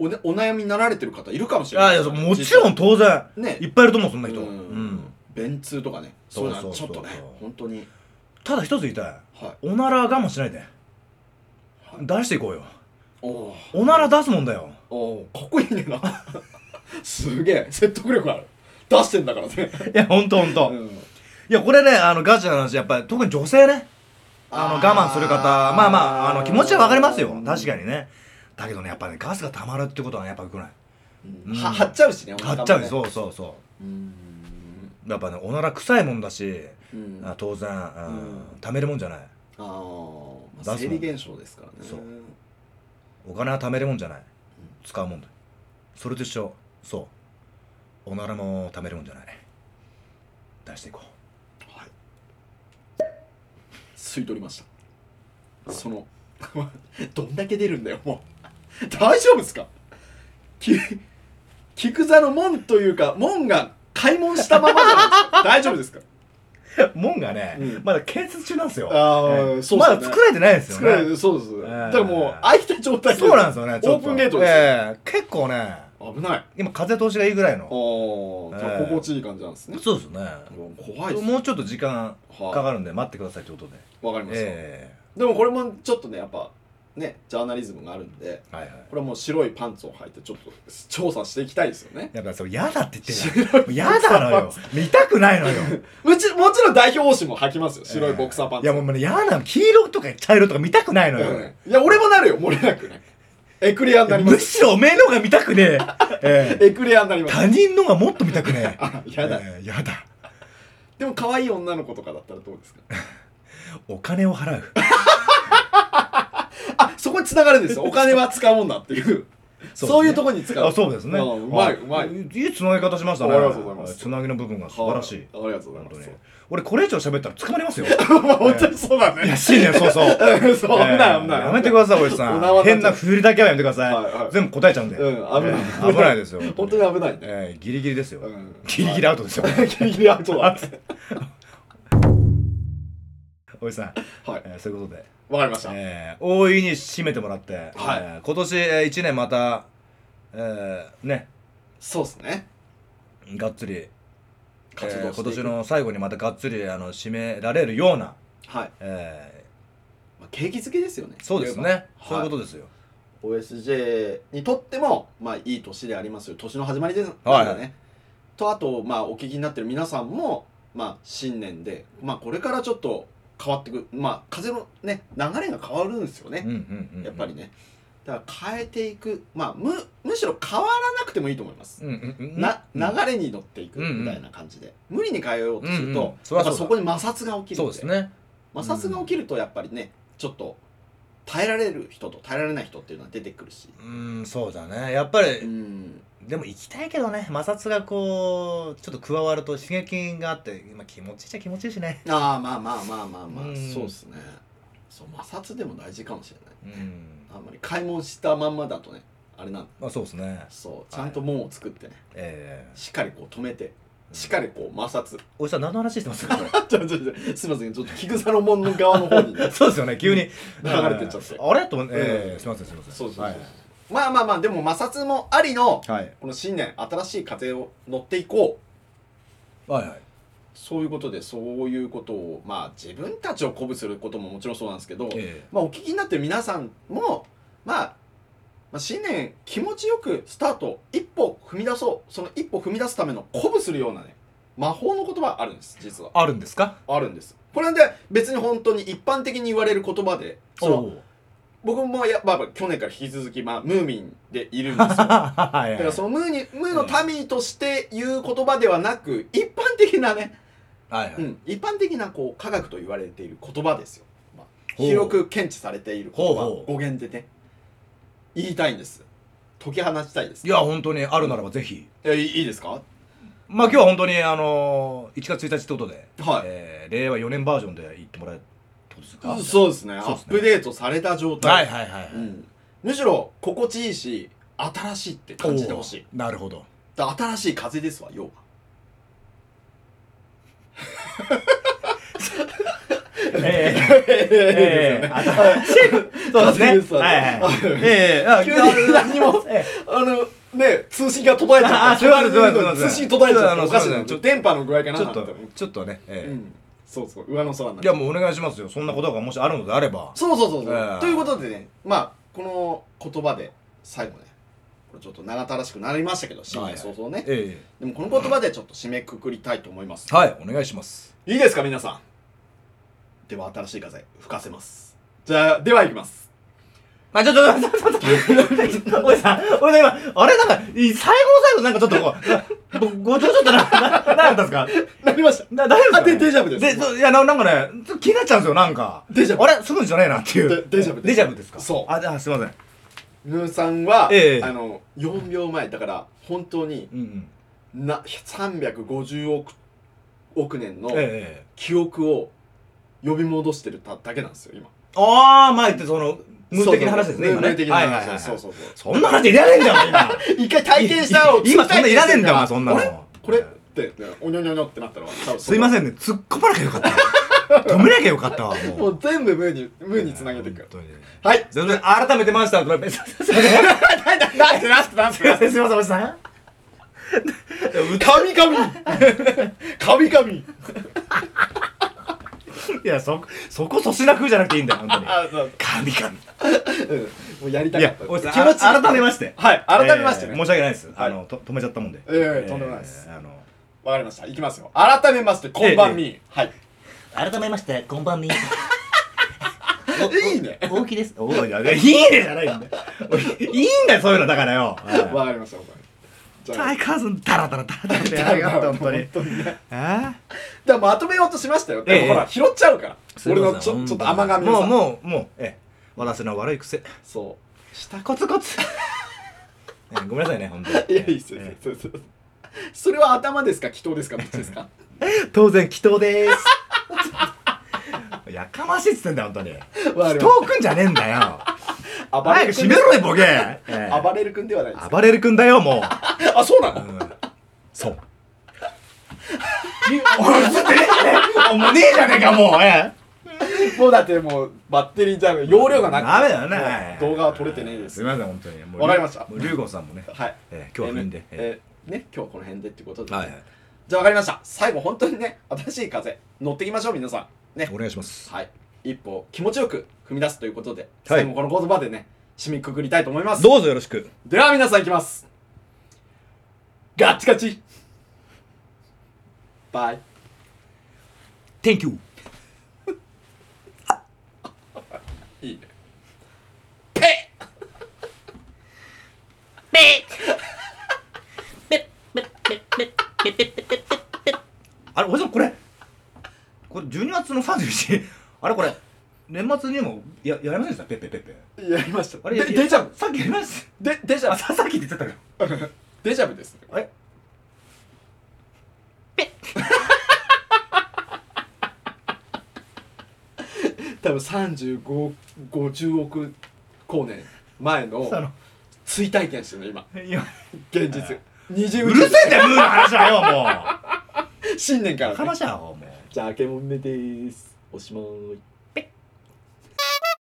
C: お,、ね、お悩みになられてる方いるかもし
B: い
C: れな
B: や
C: い
B: いやそうもちろん当然
C: ね
B: いっぱいいると思うそんな
C: う
B: 人。うん
C: ん便通とかねそういうの
B: そ
C: は
B: う
C: ち
B: そ
C: ょ
B: う
C: っ
B: そうそ
C: と
B: う
C: ね本当に
B: ただ一つ言いたい。
C: はい
B: おなら我慢しないで
C: はい
B: 出していこうよ。
C: お
B: おなら出すもんだよ。
C: おかっこいいねなすげえ説得力ある出してんだからね
B: いや本当本当。い
C: うん
B: やこれねあのガチな話やっぱり特に女性ね。あの
C: あー
B: 我慢する方まあまああの気持ちはわかりますよ確かにねだけどねやっぱねガスが溜まるってことはねやっぱ良くない
C: うん
B: うん
C: は張っちゃうしねお腹も
B: 買
C: ね
B: っちゃうよそうそうそう
C: うん
B: うやっぱねおなら臭いもんだし、
C: うん
B: あ当然、う
C: うん
B: ん、貯めるもんじゃない
C: あーま
B: 出
C: あ
B: す
C: 生
B: もん
C: 理現象ですからね
B: そうお金は貯めるもんじゃない使うもんだよそれと一緒そうおならも貯めるもんじゃない出していこう
C: はい吸い取りましたその <laughs> どんだけ出るんだよもう大丈夫ですかき菊座の門というか門が開門したままじゃない
B: <laughs>
C: ですか大丈夫ですか
B: 門がね、
C: うん
B: まだ建設中なんですよ
C: あー
B: ええ
C: そうっ
B: ます
C: よね
B: だ作られてないですよ
C: 作られ
B: ね
C: てそうです、
B: え
C: だからもう開いた状態
B: そうなんですよねちょっ
C: オー
B: と
C: プンゲートです、
B: ええ結構ね
C: 危ない
B: 今風通しがいいぐらい
C: あ
B: の
C: ーじゃあ
B: ええ
C: 心地いい感じなんですね、
B: そうですね
C: 怖いです
B: もうちょっと時間
C: はい
B: かかるんで待ってくださいってことで
C: わかりました、
B: え
C: でもこれもちょっとねやっぱねジャーナリズムがあるんで
B: えはいはい
C: これはもう白いパンツを履いてちょっと調査していきたいですよね
B: やっぱそれ嫌だって言ってるからもう嫌だのよ見たくないのよ
C: うちもちろん代表王子も履きますよ <laughs> 白いボクサーパン
B: い
C: ツ、
B: やもうね嫌なの黄色とか茶色とか見たくないのよ、
C: うんいや俺もなるよ漏れなくねエクレアになりま
B: む
C: す
B: しろおめえのが見たくねええ
C: <laughs>
B: え
C: エクレアになります
B: 他人のがもっと見たくねえ
C: あ <laughs> やだ、
B: ええやだ
C: でも可愛い女の子とかだったらどうですか
B: お金を払う
C: あそこに繋がるん
B: <laughs>
C: ですよお金は使うもんだっていう
B: そ
C: そうう,、
B: ですね
C: いうところに使う
B: あそうですね
C: んうまい
B: あ
C: うまい
B: いいつなぎ方しましたね
C: ありがとうございます
B: つなぎの部分が素晴らしい
C: ありがとうござ
B: 本
C: い
B: 当
C: ま
B: に
C: す
B: 俺これ以上喋ったら捕まり
C: <laughs>
B: ますよ
C: まあ本当にそうだね、
B: いや新年そうそう
C: うん <laughs> そう危ない危ない、
B: えーやめてください、おじさ
C: <laughs> お縄
B: ん。
C: 立て
B: 変な振りだけはやめてください。
C: はいはい
B: 全部答えちゃうんで。
C: うん危ない
B: えー危ない
C: <laughs>
B: ですよ。
C: 本当に危ないね、
B: えーギリギリですよ。
C: うん
B: ギリギリアウトですよ。
C: ギリギリアウトだね
B: <laughs> おじさん。
C: はい
B: えーそういうことで、
C: わかりました、
B: えー大いに締めてもらって、えー今年えー一年また、えーね、
C: そうですね
B: がっつり、
C: 活動
B: えー
C: して
B: 今
C: いく
B: 年の最後にまたがっつりあの締められるような、
C: はい、
B: え
C: まあ、景気づけですよね
B: ーそうですね。
C: はい
B: そういうことですよ。
C: OSJ にとっても、まあ、いい年でありますよ年の始まりです
B: はい
C: なんだねとあと、まあ、お聞きになってる皆さんも、まあ、新年で、まあ、これからちょっと変わってくまあ風のね流れが変わるんですよね、
B: うんうんうんうん
C: やっぱりねだから変えていくまあむむしろ変わらなくてもいいと思います、
B: うんうんうん
C: な
B: うん
C: 流れに乗っていくみたいな感じで、無理に変えようとすると、
B: うんうんそり
C: や
B: ゃそうだ
C: っぱそこに摩擦が起きる
B: そ
C: ん
B: う
C: で
B: ですね
C: 摩擦が起きるとやっぱりねちょっと耐えられる人と耐えられない人っていうのは出てくるし
B: うんそうだねやっぱ
C: う
B: り
C: ん
B: でも行きたいけどね摩擦がこうちょっと加わると刺激があって今気持ちいいっちゃ気持ちいいしね
C: ああまあまあまあまあまあ、
B: うん
C: そうですねそう摩擦でも大事かもしれな
B: う
C: い
B: ん
C: あんまり買い物したまんまだとねあれなんだ
B: まあそうですね
C: そうちゃんと門を作ってね、
B: ええ
C: しっかりこう止めてしっかりこう摩擦 <laughs>
B: おじさん何の話してますかこれ
C: ちょちょちょすいませんちょっと菊座の門の側の方に、ね、
B: そうですよね急に流
C: 流れてっちゃって
B: あれと思ってえ
C: う
B: え
C: ん
B: すいませんすいません
C: <laughs> そうそうそう、
B: はい
C: まあまあまあでも摩擦もありの
B: はい
C: この新年新しい風を乗っていこう
B: はいはい
C: そういうことでそういうことをまあ自分たちを鼓舞することももちろんそうなんですけど、
B: え
C: まあ、お聞きになってる皆さんも、まあ、まあ新年気持ちよくスタート一歩踏み出そうその一歩踏み出すための鼓舞するようなね魔法の言葉あるんです実は
B: あるんですか
C: あるんですこれはね別に本当に一般的に言われる言葉でその
B: う <laughs>
C: 僕もや、まあ、去年から引き続き、まあ、ムーミンでいるんですよ
B: <laughs>
C: だか
B: はいはい
C: らそのムーにムーの民として言う言葉ではなく一般的なね
B: はいは
C: う
B: い
C: ん、一般的なこう科学と言われている言葉ですよ、まあ
B: ほう
C: 広く検知されている言葉
B: ほうほう
C: 語源でね言いたいんです解き放ちたいです
B: いや本当にあるならばぜひ
C: えいいいですか
B: まあ今日は本当にあの1月1日ってことで
C: はい、
B: えー令和4年バージョンで行ってもらえるってことですか
C: うんそうですね
B: そう
C: ア
B: です
C: ッ
B: ね
C: プデートされた状
B: はい
C: 態、
B: はいはいはい
C: うん、むしろ心地いいし新しいって感じてほしい
B: おーなるほど
C: だ新しい風ですわ
B: <laughs>
C: 要は
B: ええ
C: ですよね
B: 新しいそうで
C: 風
B: す
C: す
B: ね
C: わ
B: はいはいええあ
C: 急に何も
B: え
C: あのね通信が途絶えちゃ
B: あ
C: っ
B: すいませんすいません
C: た通信途絶えちゃ
B: あ
C: った
B: の
C: おかしい
B: すいませ
C: なん
B: ちょっと
C: 電波の具合
B: え
C: かな
B: ちょっ
C: なん
B: と
C: て思う
B: ちょっとねええ
C: うんそうそう上の空にな
B: い
C: っちゃ
B: や
C: う
B: もうお願いしますよそんなことがもしあるのであれば
C: そうそうそうそう、
B: ええ
C: ということでねまあこの言葉で最後ねこれちょっと長たらしくなりましたけど新年早々ね、
B: え
C: でもこの言葉でちょっと締めくくりたいと思います
B: えはいお <laughs> 願いします
C: いいですか皆さんでは新しい風吹かせますじゃあではいきます
B: あちょっとちょっとちょっとちょっとおじさん俺ね今あれなんかい最後の最後なんかちょっとこうごごちょちょっとなななんだったんですか
C: なりました
B: <laughs> な大丈夫
C: あで
B: です
C: デジャブ
B: か
C: で
B: ですそういやななんかねちょっと気になっちゃうんですよなんか
C: デジャブ
B: あれするんじゃねえなっていう
C: デデジャブです
B: デジャブですか
C: そう
B: ああすいません
C: ムーさんは、
B: ええ
C: あの4秒前だから本当に
B: うんうん
C: な350億億年の
B: ええ
C: 記憶を呼び戻してるだだけなんですよ今
B: ああ前ってその無的な話ですね
C: そう
B: 今
C: そう
B: ね
C: 無的な話、
B: はいはいはいはい
C: そうそうそう
B: そんな話いらねえんだよ今
C: 一回体験したを
B: 今そんないらねえんだよお前そんな
C: あれ
B: の
C: これっておにょにょにょってなったら
B: すいま
C: ん
B: せんね突っ込まなきゃよかった <laughs> 止めなきゃよかったわも
C: も
B: う
C: う全部ムーにムーにつなげていく
B: 本当に
C: はい
B: <laughs> すいません改めてマスターと <laughs> すいませんすいま
C: なんだなんだなんだなん
B: せんすいませんお <laughs> じさん
C: 神々神々
B: いやそそこ粗品風じゃなくていいんだよ本当に
C: あそう
B: 神々
C: うんもうやりた
B: い
C: かっ
B: や
C: た
B: おじさん
C: 気持ち
B: あ改めまして
C: はい改めまして
B: えー
C: ね
B: 申し訳ないです
C: はい
B: あのと止めちゃったもんで
C: いやいやとんでもないです
B: えーあの
C: わかりましたいきますよ改めましてこんばんみはい
D: 改めまして、こんばんみ。
C: いいね。
D: 大きです。
B: おいやいやいいねじゃないんだよおいいいんだよそういうのだからよはい
C: わかりましたわかりました
B: タイ
C: じ
B: カーズンダラダラダラダラって
C: ゃ
B: あ
C: あ
B: りがとう本当に
C: 本当に
B: え
C: ね
B: ー
C: だからまとめようとしましたよ
B: え
C: で
B: え
C: もほら拾っちゃうから
B: すい
C: 俺
B: ません
C: のちょちょ
B: 本当
C: っと
B: に
C: 甘がみを
B: もう
C: さ
B: もうもうええ私の悪い癖
C: そう下
B: コツコツ <laughs> ええごめんなさいね本当に
C: いやいいっすよ、
B: え
C: そうそうそうそれは頭ですか祈祷ですかどっち
B: <laughs>
C: ですか
B: え当然祈祷です <laughs> やかましいっつってんだよ本当に
C: 我
B: 祈
C: 々は
B: 祷くんじゃねえんだよ
C: 暴
B: 早く
C: れる
B: 閉
C: 君
B: めろよボケ、ええ
C: 暴れる君ではないです
B: 暴れるくんだよも
C: あそうな
B: う、う
C: の
B: ん、そうおい映ってねえじゃねえおもうねえじゃねえかもうええ
C: もうだってもうバッテリーじゃ容量がなく
B: ダメだよね
C: もう動画は撮れてないですす
B: いません本当にもう
C: わかりました
B: もう龍吾さんもね、
C: はい
B: ええ今日は不倫で、え
C: えーね今日はこの辺でってこと
B: え
C: で、
B: はいはい
C: じゃあわかりました最後本当にね新しい風乗っていきましょう皆さんね
B: お願いします
C: はい一歩気持ちよく踏み出すということで、
B: はい
C: 最後この言葉でね締めくくりたいと思います
B: どうぞよろしく
C: では皆さんいきますガッチガチバイ
B: Thank you
C: いいねペッ
B: あれおじさんこれこれ12月の31あれこれ年末にもややりませんでしたペッペッペッペ
C: やりました
B: あれ
C: で
B: いや
C: デジャブ
B: さっきやりました
C: でデジ
B: あ
C: ャブ
B: ささっき言ってたから
C: デジャブですね
B: あれ
C: 多分3550億光年前
B: あ
C: の
B: の
C: 追体験してるの今
B: いや
C: 現実二重
B: うるせえんだよムーの話はよも
C: 新年か
B: う
C: ら、ね、
B: 話はよもう
C: じゃあ明けもめですおしまい